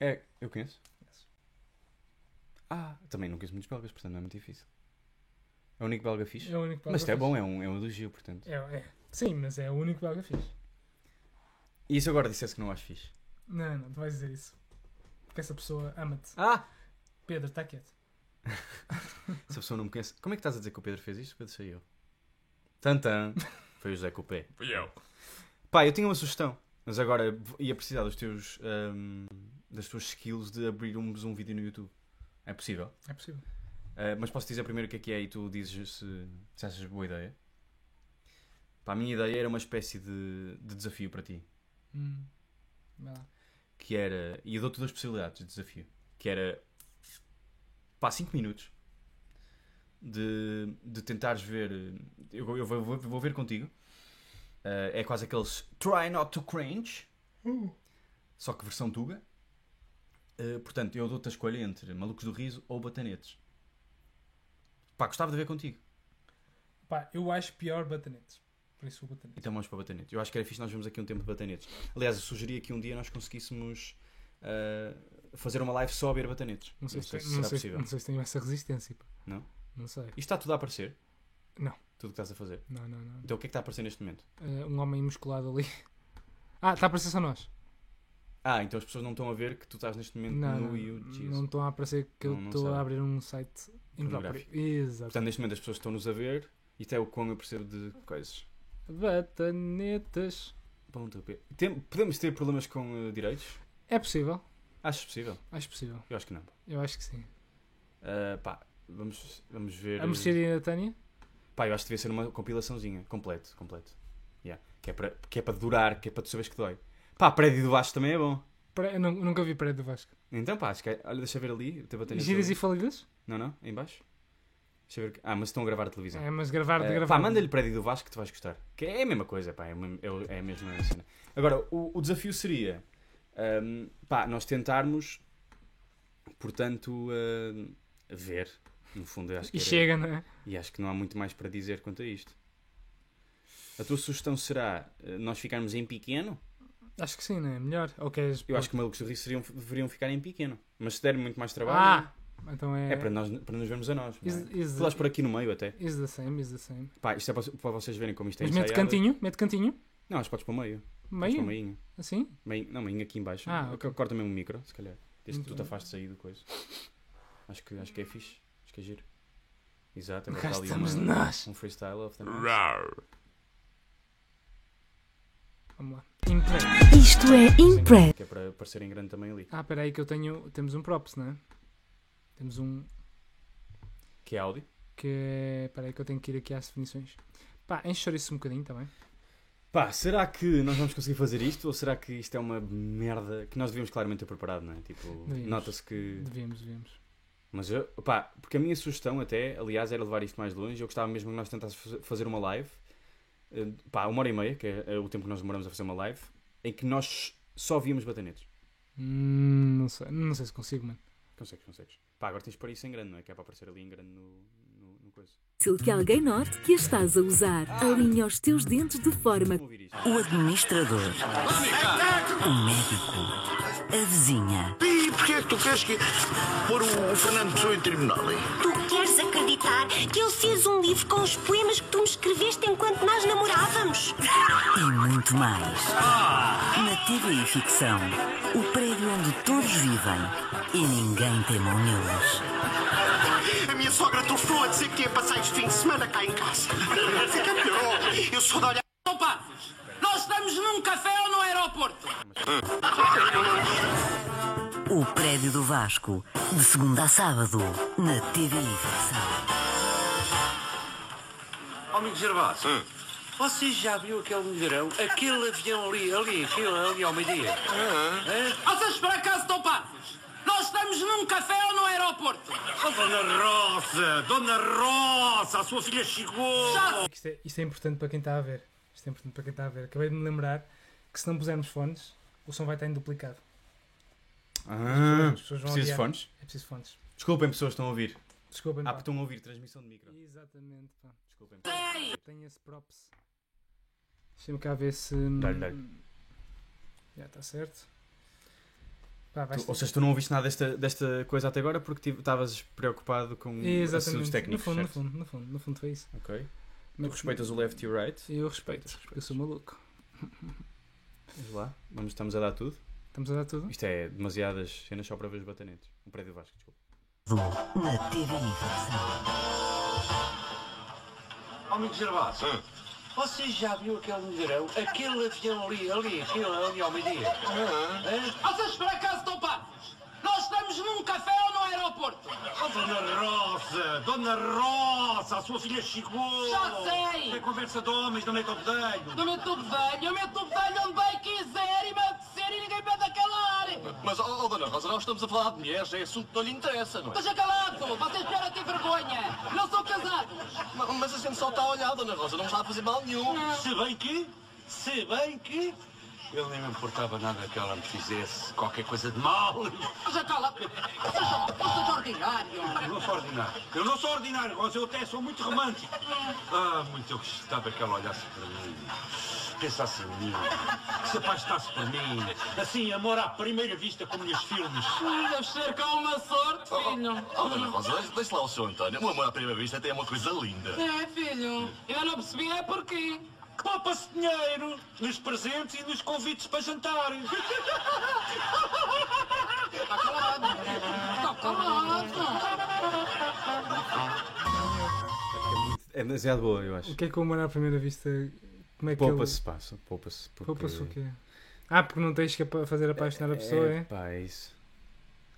É, eu conheço. Yes. Ah, também não conheço muitos belgas, portanto não é muito difícil. É o único belga fixe. É o único belga Mas isto é fixe. bom, é um, é um elogio, portanto. É, é. Sim, mas é o único belga fixe. E se eu agora dissesse que não acho fixe? Não, não, tu vais dizer isso. Porque essa pessoa ama-te. Ah! Pedro, está quieto. Se a pessoa não me conhece... Como é que estás a dizer que o Pedro fez isto? O Pedro saiu. Tantan. Foi o José com o pé. Fui eu. Pá, eu tinha uma sugestão. Mas agora ia precisar dos teus... ahm, das tuas skills de abrirmos um vídeo no YouTube. É possível? É possível. Uh, mas posso dizer primeiro o que é que é e tu dizes se, se achas boa ideia? Pá, a minha ideia era uma espécie de, de desafio para ti. Hum. Vai lá. Que era. E eu dou-te duas possibilidades de desafio. Que era. Pá, 5 minutos. De, de tentares ver. Eu, vou- eu vou, vou- vou ver contigo. Uh, é quase aqueles. Try not to cringe. Só que versão Tuga. Uh, portanto, eu dou-te a escolha entre Malucos do Riso ou Batanetes. Pá, gostava de ver contigo. Pá, eu acho pior batanetes. Por isso o batanete. Então vamos para batanetes. Eu acho que era fixe nós vemos aqui um tempo de batanetes. Aliás, eu sugeria que um dia nós conseguíssemos ah, fazer uma live só a ver batanetes. Não sei, se, se não, será sei, possível. não Isto sei se tenho essa resistência. Pá. Não? Não sei. está tudo a aparecer? Não. Tudo o que estás a fazer. Não, não, não. Então o que é que está a aparecer neste momento? Eh, um homem musculado ali. Ah, está a aparecer só nós. Ah, então as pessoas não estão a ver que tu estás neste momento Não, no não, YouTube. não estão a aparecer que Não- eu não estou sabe. a abrir um site impróprio. Pornográfico. Exato. Portanto, neste momento as pessoas estão-nos a ver e até o como eu percebo de coisas. Batanetas. para um TP. Tem- podemos ter problemas com eh, direitos? É possível, Acho possível. acho possível. Eu acho que não. Eu acho que sim. Ah, pá, vamos, vamos ver. A mercearia da Tânia? Pá, eu acho que devia ser uma compilaçãozinha. Completo, completo. Yeah. Que, é para, que é para durar, que é para tu saberes que dói. Pá, prédio do Vasco também é bom. Pre- Eu nu- nunca vi prédio do Vasco. Então, pá, acho que é- Olha, deixa ver ali. Teve a ter um- Giras e falidas? Não, não, em baixo. Deixa ver. que- Ah, mas estão a gravar a televisão. É, mas gravar de Eh, gravar. pá, manda-lhe o prédio do Vasco que tu vais gostar. Que é a mesma coisa, pá, é, o mesmo- é o- é a mesma cena. Agora, o, o desafio seria ahm, pá, nós tentarmos, portanto, ahm, ver. No fundo, eu acho que E era- chega, não é? e acho que não há muito mais para dizer quanto a isto. A tua sugestão será eh, nós ficarmos em pequeno? Acho que sim, não é? Melhor. Ou queres... Eu acho que malucos do Rio seriam, deveriam ficar em pequeno. Mas se der muito mais trabalho, Ah! Então é... é para, nós, para nos vermos a nós. não Is, é? is, Tu dás por aqui no meio até. is the same, is the same. Pá, isto é para, para vocês verem como isto é Mas mete ensaiado. cantinho, mete cantinho. Não, mas podes para o meio. Podes para o Meio? meio. Assim? Meio- não, meio aqui em baixo. Ah, Eu ok. Então. Corta mesmo o micro, se calhar. Desde que tu Muito te bem. afastes aí do coisa. Acho que, acho que é fixe. Acho que é giro. Exato, agora Cá está ali estamos uma, nós. um freestyle of the night. Vamos lá. Impre- Isto é Impre. Que é para aparecer em grande também ali. Ah, espera aí que eu tenho... Temos um props, não é? Temos um... Que é áudio. Que é... Espera aí que eu tenho que ir aqui às definições. Pá, encher isso um bocadinho também. Pá, será que nós vamos conseguir fazer isto? Ou será que isto é uma merda que nós devíamos claramente ter preparado, não é? Tipo, Devíamos. nota-se que. Devíamos, devíamos. Mas eu, pá, porque a minha sugestão até, aliás, era levar isto mais longe. Eu gostava mesmo que nós tentássemos faz- fazer uma live, eh, pá, uma hora e meia, que é eh, o tempo que nós demoramos a fazer uma live, em que nós só víamos batanetes. Hum, Não sei, não sei se consigo, mano. Consegues, consegues. Pá, agora tens de pôr isso em grande, não é? Que é para aparecer ali em grande no, no, no coisa. Útil que alguém note que a estás a usar. Alinha os teus dentes de forma Vamos ouvir isto. O administrador. O médico. A vizinha. E porquê é que tu queres que pôr o, o Fernando Pessoa em tribunal? hein? Tu queres acreditar que eu fiz um livro com os poemas que tu me escreveste enquanto nós namorávamos? E muito mais. Na TV e ficção. O prédio onde todos vivem. E ninguém tem mão neles. A minha sogra telefonou a dizer que ia passar este fim de semana cá em casa. Fica pior. Eu sou de olhar. São parvos. Nós estamos num café ou no aeroporto. O prédio do Vasco. De segunda a sábado. Na TV e ficção. Homem de Gervásio, você já viu aquele mulherão? Aquele avião ali, ali, aquele ali ao meio-dia? Hã? Vocês por acaso estão parvos? Nós estamos num café ou no aeroporto? Dona Rosa, Dona Rosa, a sua filha chegou. Isto é, isto é importante para quem está a ver. Isto é importante para quem está a ver. Acabei de me lembrar que se não pusermos fones, o som vai estar em duplicado. Ah, As pessoas vão preciso de odiar. fones? É preciso fones. Desculpem, pessoas que estão a ouvir. Desculpem. Ah, pá. porque estão a ouvir transmissão de micro. Exatamente, pá. Desculpem. Tenho esse props. Deixa-me cá ver se. Dá-lhe, dá-lhe. Já está certo. Pá, vai Tu, ou seja, tu não ouviste nada desta, desta coisa até agora porque tive- estavas preocupado com assuntos Exatamente. No técnicos, fundo, no certo? fundo, no fundo, no fundo foi isso. Ok. Mas- Tu respeitas o left e o right? Eu respeito, eu sou maluco. Vamos lá. Vamos, estamos a dar tudo. Estamos a dar tudo? Isto é demasiadas cenas só para ver os batanetes. O prédio Vasco, desculpa. Na TV e ficção. Homem de Gervásio, você já viu aquele mulherão? Aquele avião ali, ali, aquele ali ao meio-dia? Ah, Hã? Vocês por acaso estão parvos? Nós estamos num café ou no aeroporto? Dona Rosa, Dona Rosa, a sua filha chegou. Já sei. É conversa de homens, não é Eu meto o velho, eu meto o velho onde bem quiser e mando ser e ninguém pede a calar. Mas, ó, Dona Rosa, nós estamos a falar de mulheres, é assunto que não lhe interessa, não é? Esteja calado, vocês pior têm vergonha. Não são casados. Mas, a gente só está a olhar, Dona Rosa, não está a fazer mal nenhum. Não. Se bem que, se bem que, eu nem me importava nada que ela me fizesse qualquer coisa de mal. Esteja calado. Seja, seja ordinário. Eu não sou ordinário. Eu não sou ordinário, Rosa, eu até sou muito romântico. Ah, muito eu gostava que ela olhasse assim para mim, pensasse em mim, se apaixonasse por mim. Assim, amor à primeira vista, como nos filmes. Deves ser com uma sorte, filho. Oh, Dona Rosa, deixa lá o seu António. O amor à primeira vista até é uma coisa linda. É, filho. Eu não percebi é porquê. Poupa-se dinheiro nos presentes e nos convites para jantares. Está calado. Está calado. É demasiado boa, eu O acho. é que é que o amor à primeira vista Como é que ele... Poupa-se, passa, poupa-se. porque- Poupa-se o quê? Ah, porque não tens que apa- fazer apaixonar a pessoa, é? É, pá, é isso.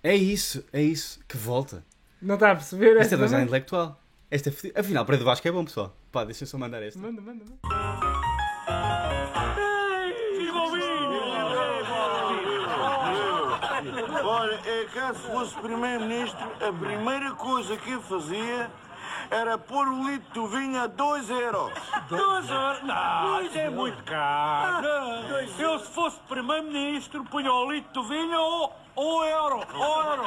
É isso, é isso. Que volta. Não está a perceber? Esta é esta demasiado também? intelectual. Esta é fedi- Afinal, para do Vasco é bom, pessoal. Pá, deixa eu só mandar esta. Manda, manda, manda. Olha, é caso fosse primeiro-ministro, a primeira coisa que eu fazia era pôr o litro do vinho a 2 euros. 2 euros? Não, isso é muito caro. ah, Eu, se fosse primeiro-ministro, punha o litro do vinho ou o um euro. O euro.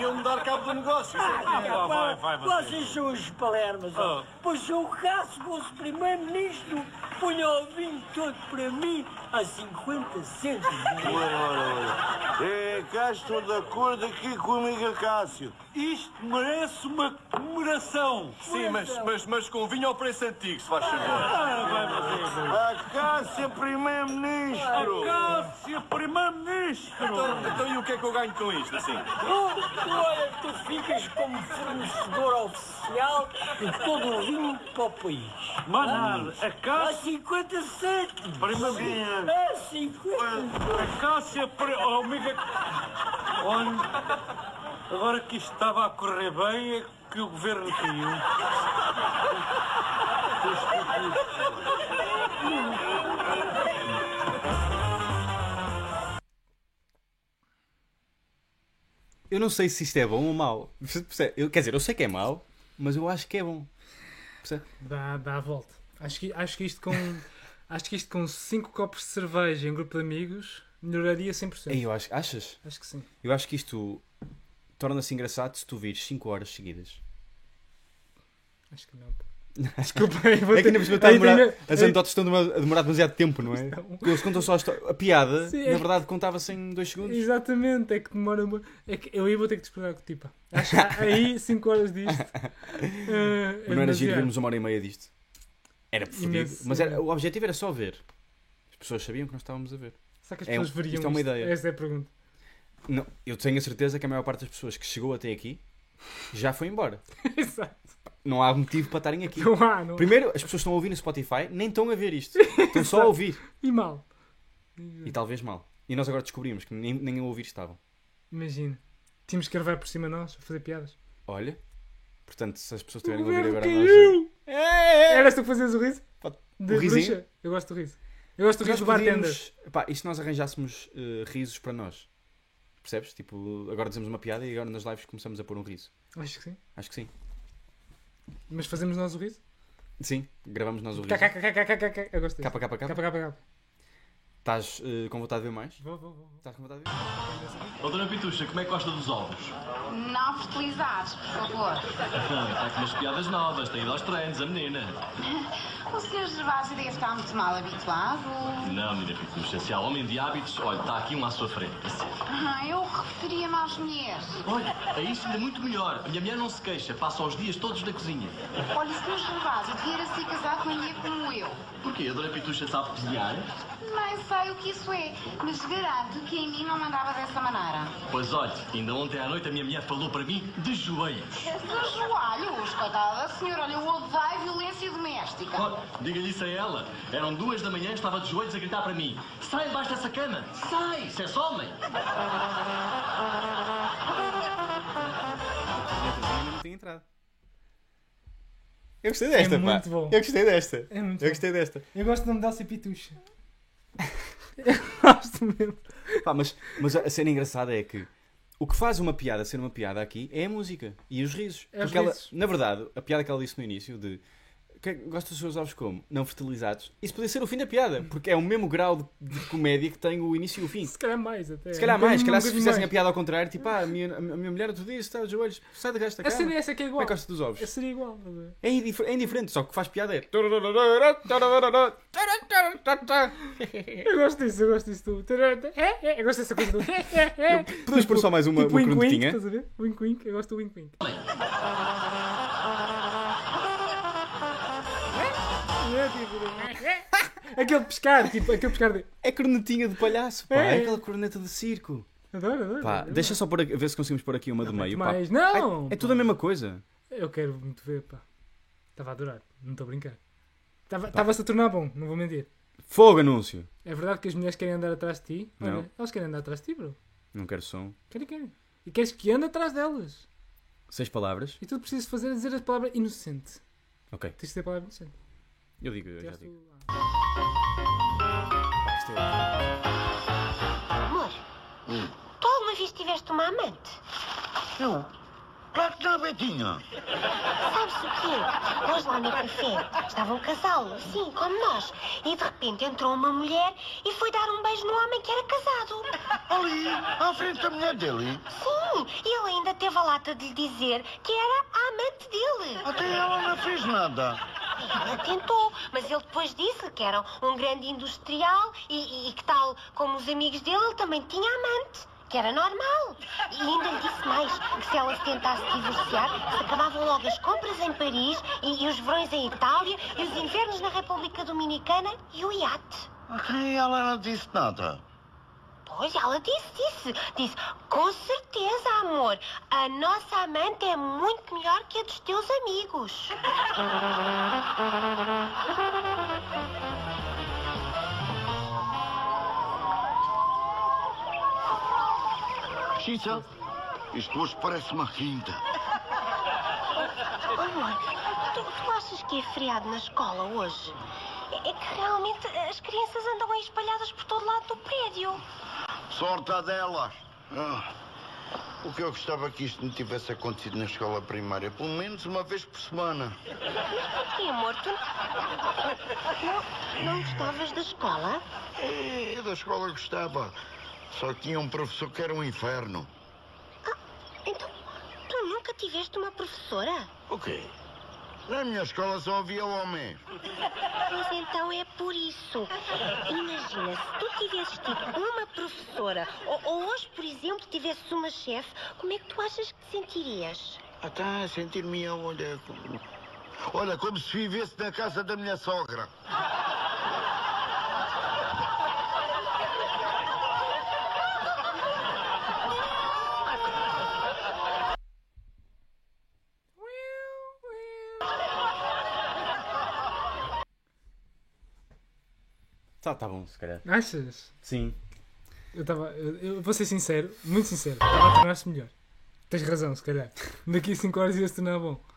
Iam-me dar cabo do negócio. Ah, vai, vai, vai. Vocês são os palermas. ó. Pois eu caso fosse primeiro-ministro, punha o vinho todo para mim a 50 cêntimos. Ora, ora, ora. É, cá estou de acordo aqui com o amigo Cássio. Isto merece uma comemoração. Sim, mas- mas- com vinho ao preço antigo, se faz Ah, vai, mas é. A Cássio, primeiro-ministro. Acácia, é primeiro-ministro. Então e o que é que eu ganho com isto, assim? Oh, olha, tu ficas como fornecedor oficial de todo o vinho para o país. Manar, A Acácia, 50 cêntimos. Primeiro-ministro. A 50 É Acácia, pri- oh, amiga... Olha, agora que isto estava a correr bem, é que o governo caiu. Eu não sei se isto é bom ou mau. Percebe? Eu- Quer dizer, eu sei que é mau, mas eu acho que é bom. Percebe? Dá, dá a volta. Acho que, acho que isto com... acho que isto com 5 copos de cerveja em grupo de amigos melhoraria 100%. Ei, eu acho, achas? Acho que sim. Eu acho que isto torna-se engraçado se tu vires 5 horas seguidas. Acho que não. Desculpa, eu vou É que ainda ter- por cima está a Aí tem- demorar- aí- As anedotas estão a demorar demasiado tempo, não é? Estão. Eles contam só a, histó- a piada, Sim, na é que- verdade contava-se em 2 segundos. Exatamente, é que demora uma... É que eu aí vou ter que discordar com o tipo. Acho que aí 5 horas disto. eh, é Mas não era giro demasiado. vermos uma hora e meia disto. Era preferido. Imenso. Mas era- o objetivo era só ver. As pessoas sabiam que nós estávamos a ver. Será que as É um- pessoas veriam isto é uma isto? ideia. Essa é a pergunta. Não, eu tenho a certeza que a maior parte das pessoas que chegou até aqui já foi embora. Exato. Não há motivo para estarem aqui. Não há, não há. Primeiro, as pessoas estão a ouvir no Spotify, nem estão a ver isto. Estão só a ouvir. E mal. E talvez mal. E nós agora descobrimos que nem, nem a ouvir estavam. Imagina. Tínhamos que gravar por cima de nós, a fazer piadas. Olha. Portanto, se as pessoas estiverem a ouvir governo agora nós. eh, caiu! Era esta que fazias o riso? Pá, De o risinho? bruxa? Eu gosto do riso. Eu gosto do Nós riso do bartender. podíamos, pá, e se nós arranjássemos eh, risos para nós? Percebes? Tipo, agora dizemos uma piada e agora nas lives começamos a pôr um riso. Acho que sim. Acho que sim. Mas fazemos nós o riso? Sim, gravamos nós o riso. KKKKKKK. Eu gosto disso. KKKK. KKKK. Estás eh, com vontade de ver mais? Vou, vou, vou. Estás com vontade de ver? Ô, dona Pitucha, como é que gosta dos ovos? Não fertilizares, por favor. Está com Hum, umas piadas novas, tem ido aos treinos, a menina. O Sr. Gervásio deve estar muito mal habituado. Não, menina Pitucha, se há homem de hábitos, olha, está aqui um à sua frente. Ah, eu referia-me às mulheres. Olha, é isso ainda muito melhor. A minha mulher não se queixa, passa os dias todos na cozinha. Olha, o Sr. Gervásio devia era ser casado com uma mulher como eu. Porquê? A dona Pitucha sabe cozinhar? Nem sei o que isso é, mas garanto que em mim não mandava dessa maneira. Pois olha, ainda ontem à noite a minha mulher falou para mim de joelhos. De joelhos, coitada da senhora, olha, eu odeio violência doméstica. Oh, Diga-lhe isso a ela. Eram duas da manhã, estava de joelhos a gritar para mim: Sai debaixo dessa cama! Sai! Se és homem! Ainda não tinha entrado. Eu gostei desta, É pá. muito bom. Eu gostei desta. É muito Eu bom. gostei desta. Eu gosto do nome dela ser Pitucha. Eu gosto mesmo. Pá, mas, mas a cena engraçada é que o que faz uma piada ser uma piada aqui é a música e os risos. É os Porque ela- risos. na verdade, a piada que ela disse no início de que gosta dos seus ovos como? Não fertilizados. Isso podia ser o fim da piada, porque é o mesmo grau de, de comédia que tem o início e o fim. Se calhar mais até. Se calhar mais, se calhar se fizessem a piada. piada ao contrário, tipo, ah, a minha, a minha mulher outro dia está de joelhos, sai da cama. A cena é essa que é Como é igual. que gosta dos ovos? Essa seria igual. estás a ver? É, indifer- é indiferente, só que o que faz piada é. Tipo, Eu gosto disso, eu gosto disso. do- É, é, Eu gosto dessa coisa do. Podemos pôr só mais uma, Tipo uma wink wink, perguntinha? estás a ver? Wink wink, eu gosto do wink wink. aquele pescar, tipo, aquele pescar de. É cornetinha de palhaço, pá. É É. aquela corneta de circo. Adoro, adoro. Pá, deixa só pôr aqui- ver se conseguimos pôr aqui uma de meio, pá. Mas não! É tudo a mesma coisa. Eu quero muito ver, pá. Estava a adorar, não estou a brincar. Estava- Estava-se a tornar bom, não vou mentir. Fogo, anúncio! É verdade que as mulheres querem andar atrás de ti? Olha, Não. elas querem andar atrás de ti, bro. Não quero som. Querem, querem. E queres que ande atrás delas. Seis palavras. E tu precisas fazer é dizer a palavra inocente. Ok. Tens de ter a palavra inocente. Eu digo, eu já Tiraste digo. o- Isto é ótimo. Amor, tu alguma vez tiveste uma amante? Eu? Claro que não, Tá Betinha. Sabes o quê? Nós lá no café estava um casal, assim como nós, e de repente entrou uma mulher e foi dar um beijo no homem que era casado. Ali, à frente da mulher dele. Sim, e ele ainda teve a lata de lhe dizer que era a amante dele. Até ela não fez nada. Ela tentou, mas ele depois disse que era um grande industrial e, e- e que tal como os amigos dele, ele também tinha amante, que era normal. E ainda lhe disse mais, que se ela se tentasse divorciar, se acabavam logo as compras em Paris e, e os verões em Itália e os invernos na República Dominicana e o iate. Até ela não disse nada. Pois, ela disse isso. Disse, com certeza, amor, a nossa amante é muito melhor que a dos teus amigos. Xisa, isto hoje parece uma rinda. Amor, tu, tu achas que é feriado na escola hoje? É é que realmente as crianças andam aí espalhadas por todo lado do prédio. Sorte a delas. Ah, o que eu gostava que isto não tivesse acontecido na escola primária, pelo menos uma vez por semana. Mas porquê, amor? Tu não, não gostavas da escola? É, eu da escola gostava. Só que tinha um professor que era um inferno. Então, tu nunca tiveste uma professora? O quê? Na minha escola só havia homens. Pois então é por isso. Imagina, se tu tivesses tido uma professora, ou, ou hoje, por exemplo, tivesses uma chefe, como é que tu achas que te sentirias? Até sentir-me eu, olha. como- Olha, como se vivesse na casa da minha sogra. Tá, tá bom, se calhar. Achas? Sim. Eu estava. Eu, eu vou ser sincero, muito sincero. Estava a tornar-se melhor. Tens razão, se calhar. Daqui a 5 horas ia-se tornar bom.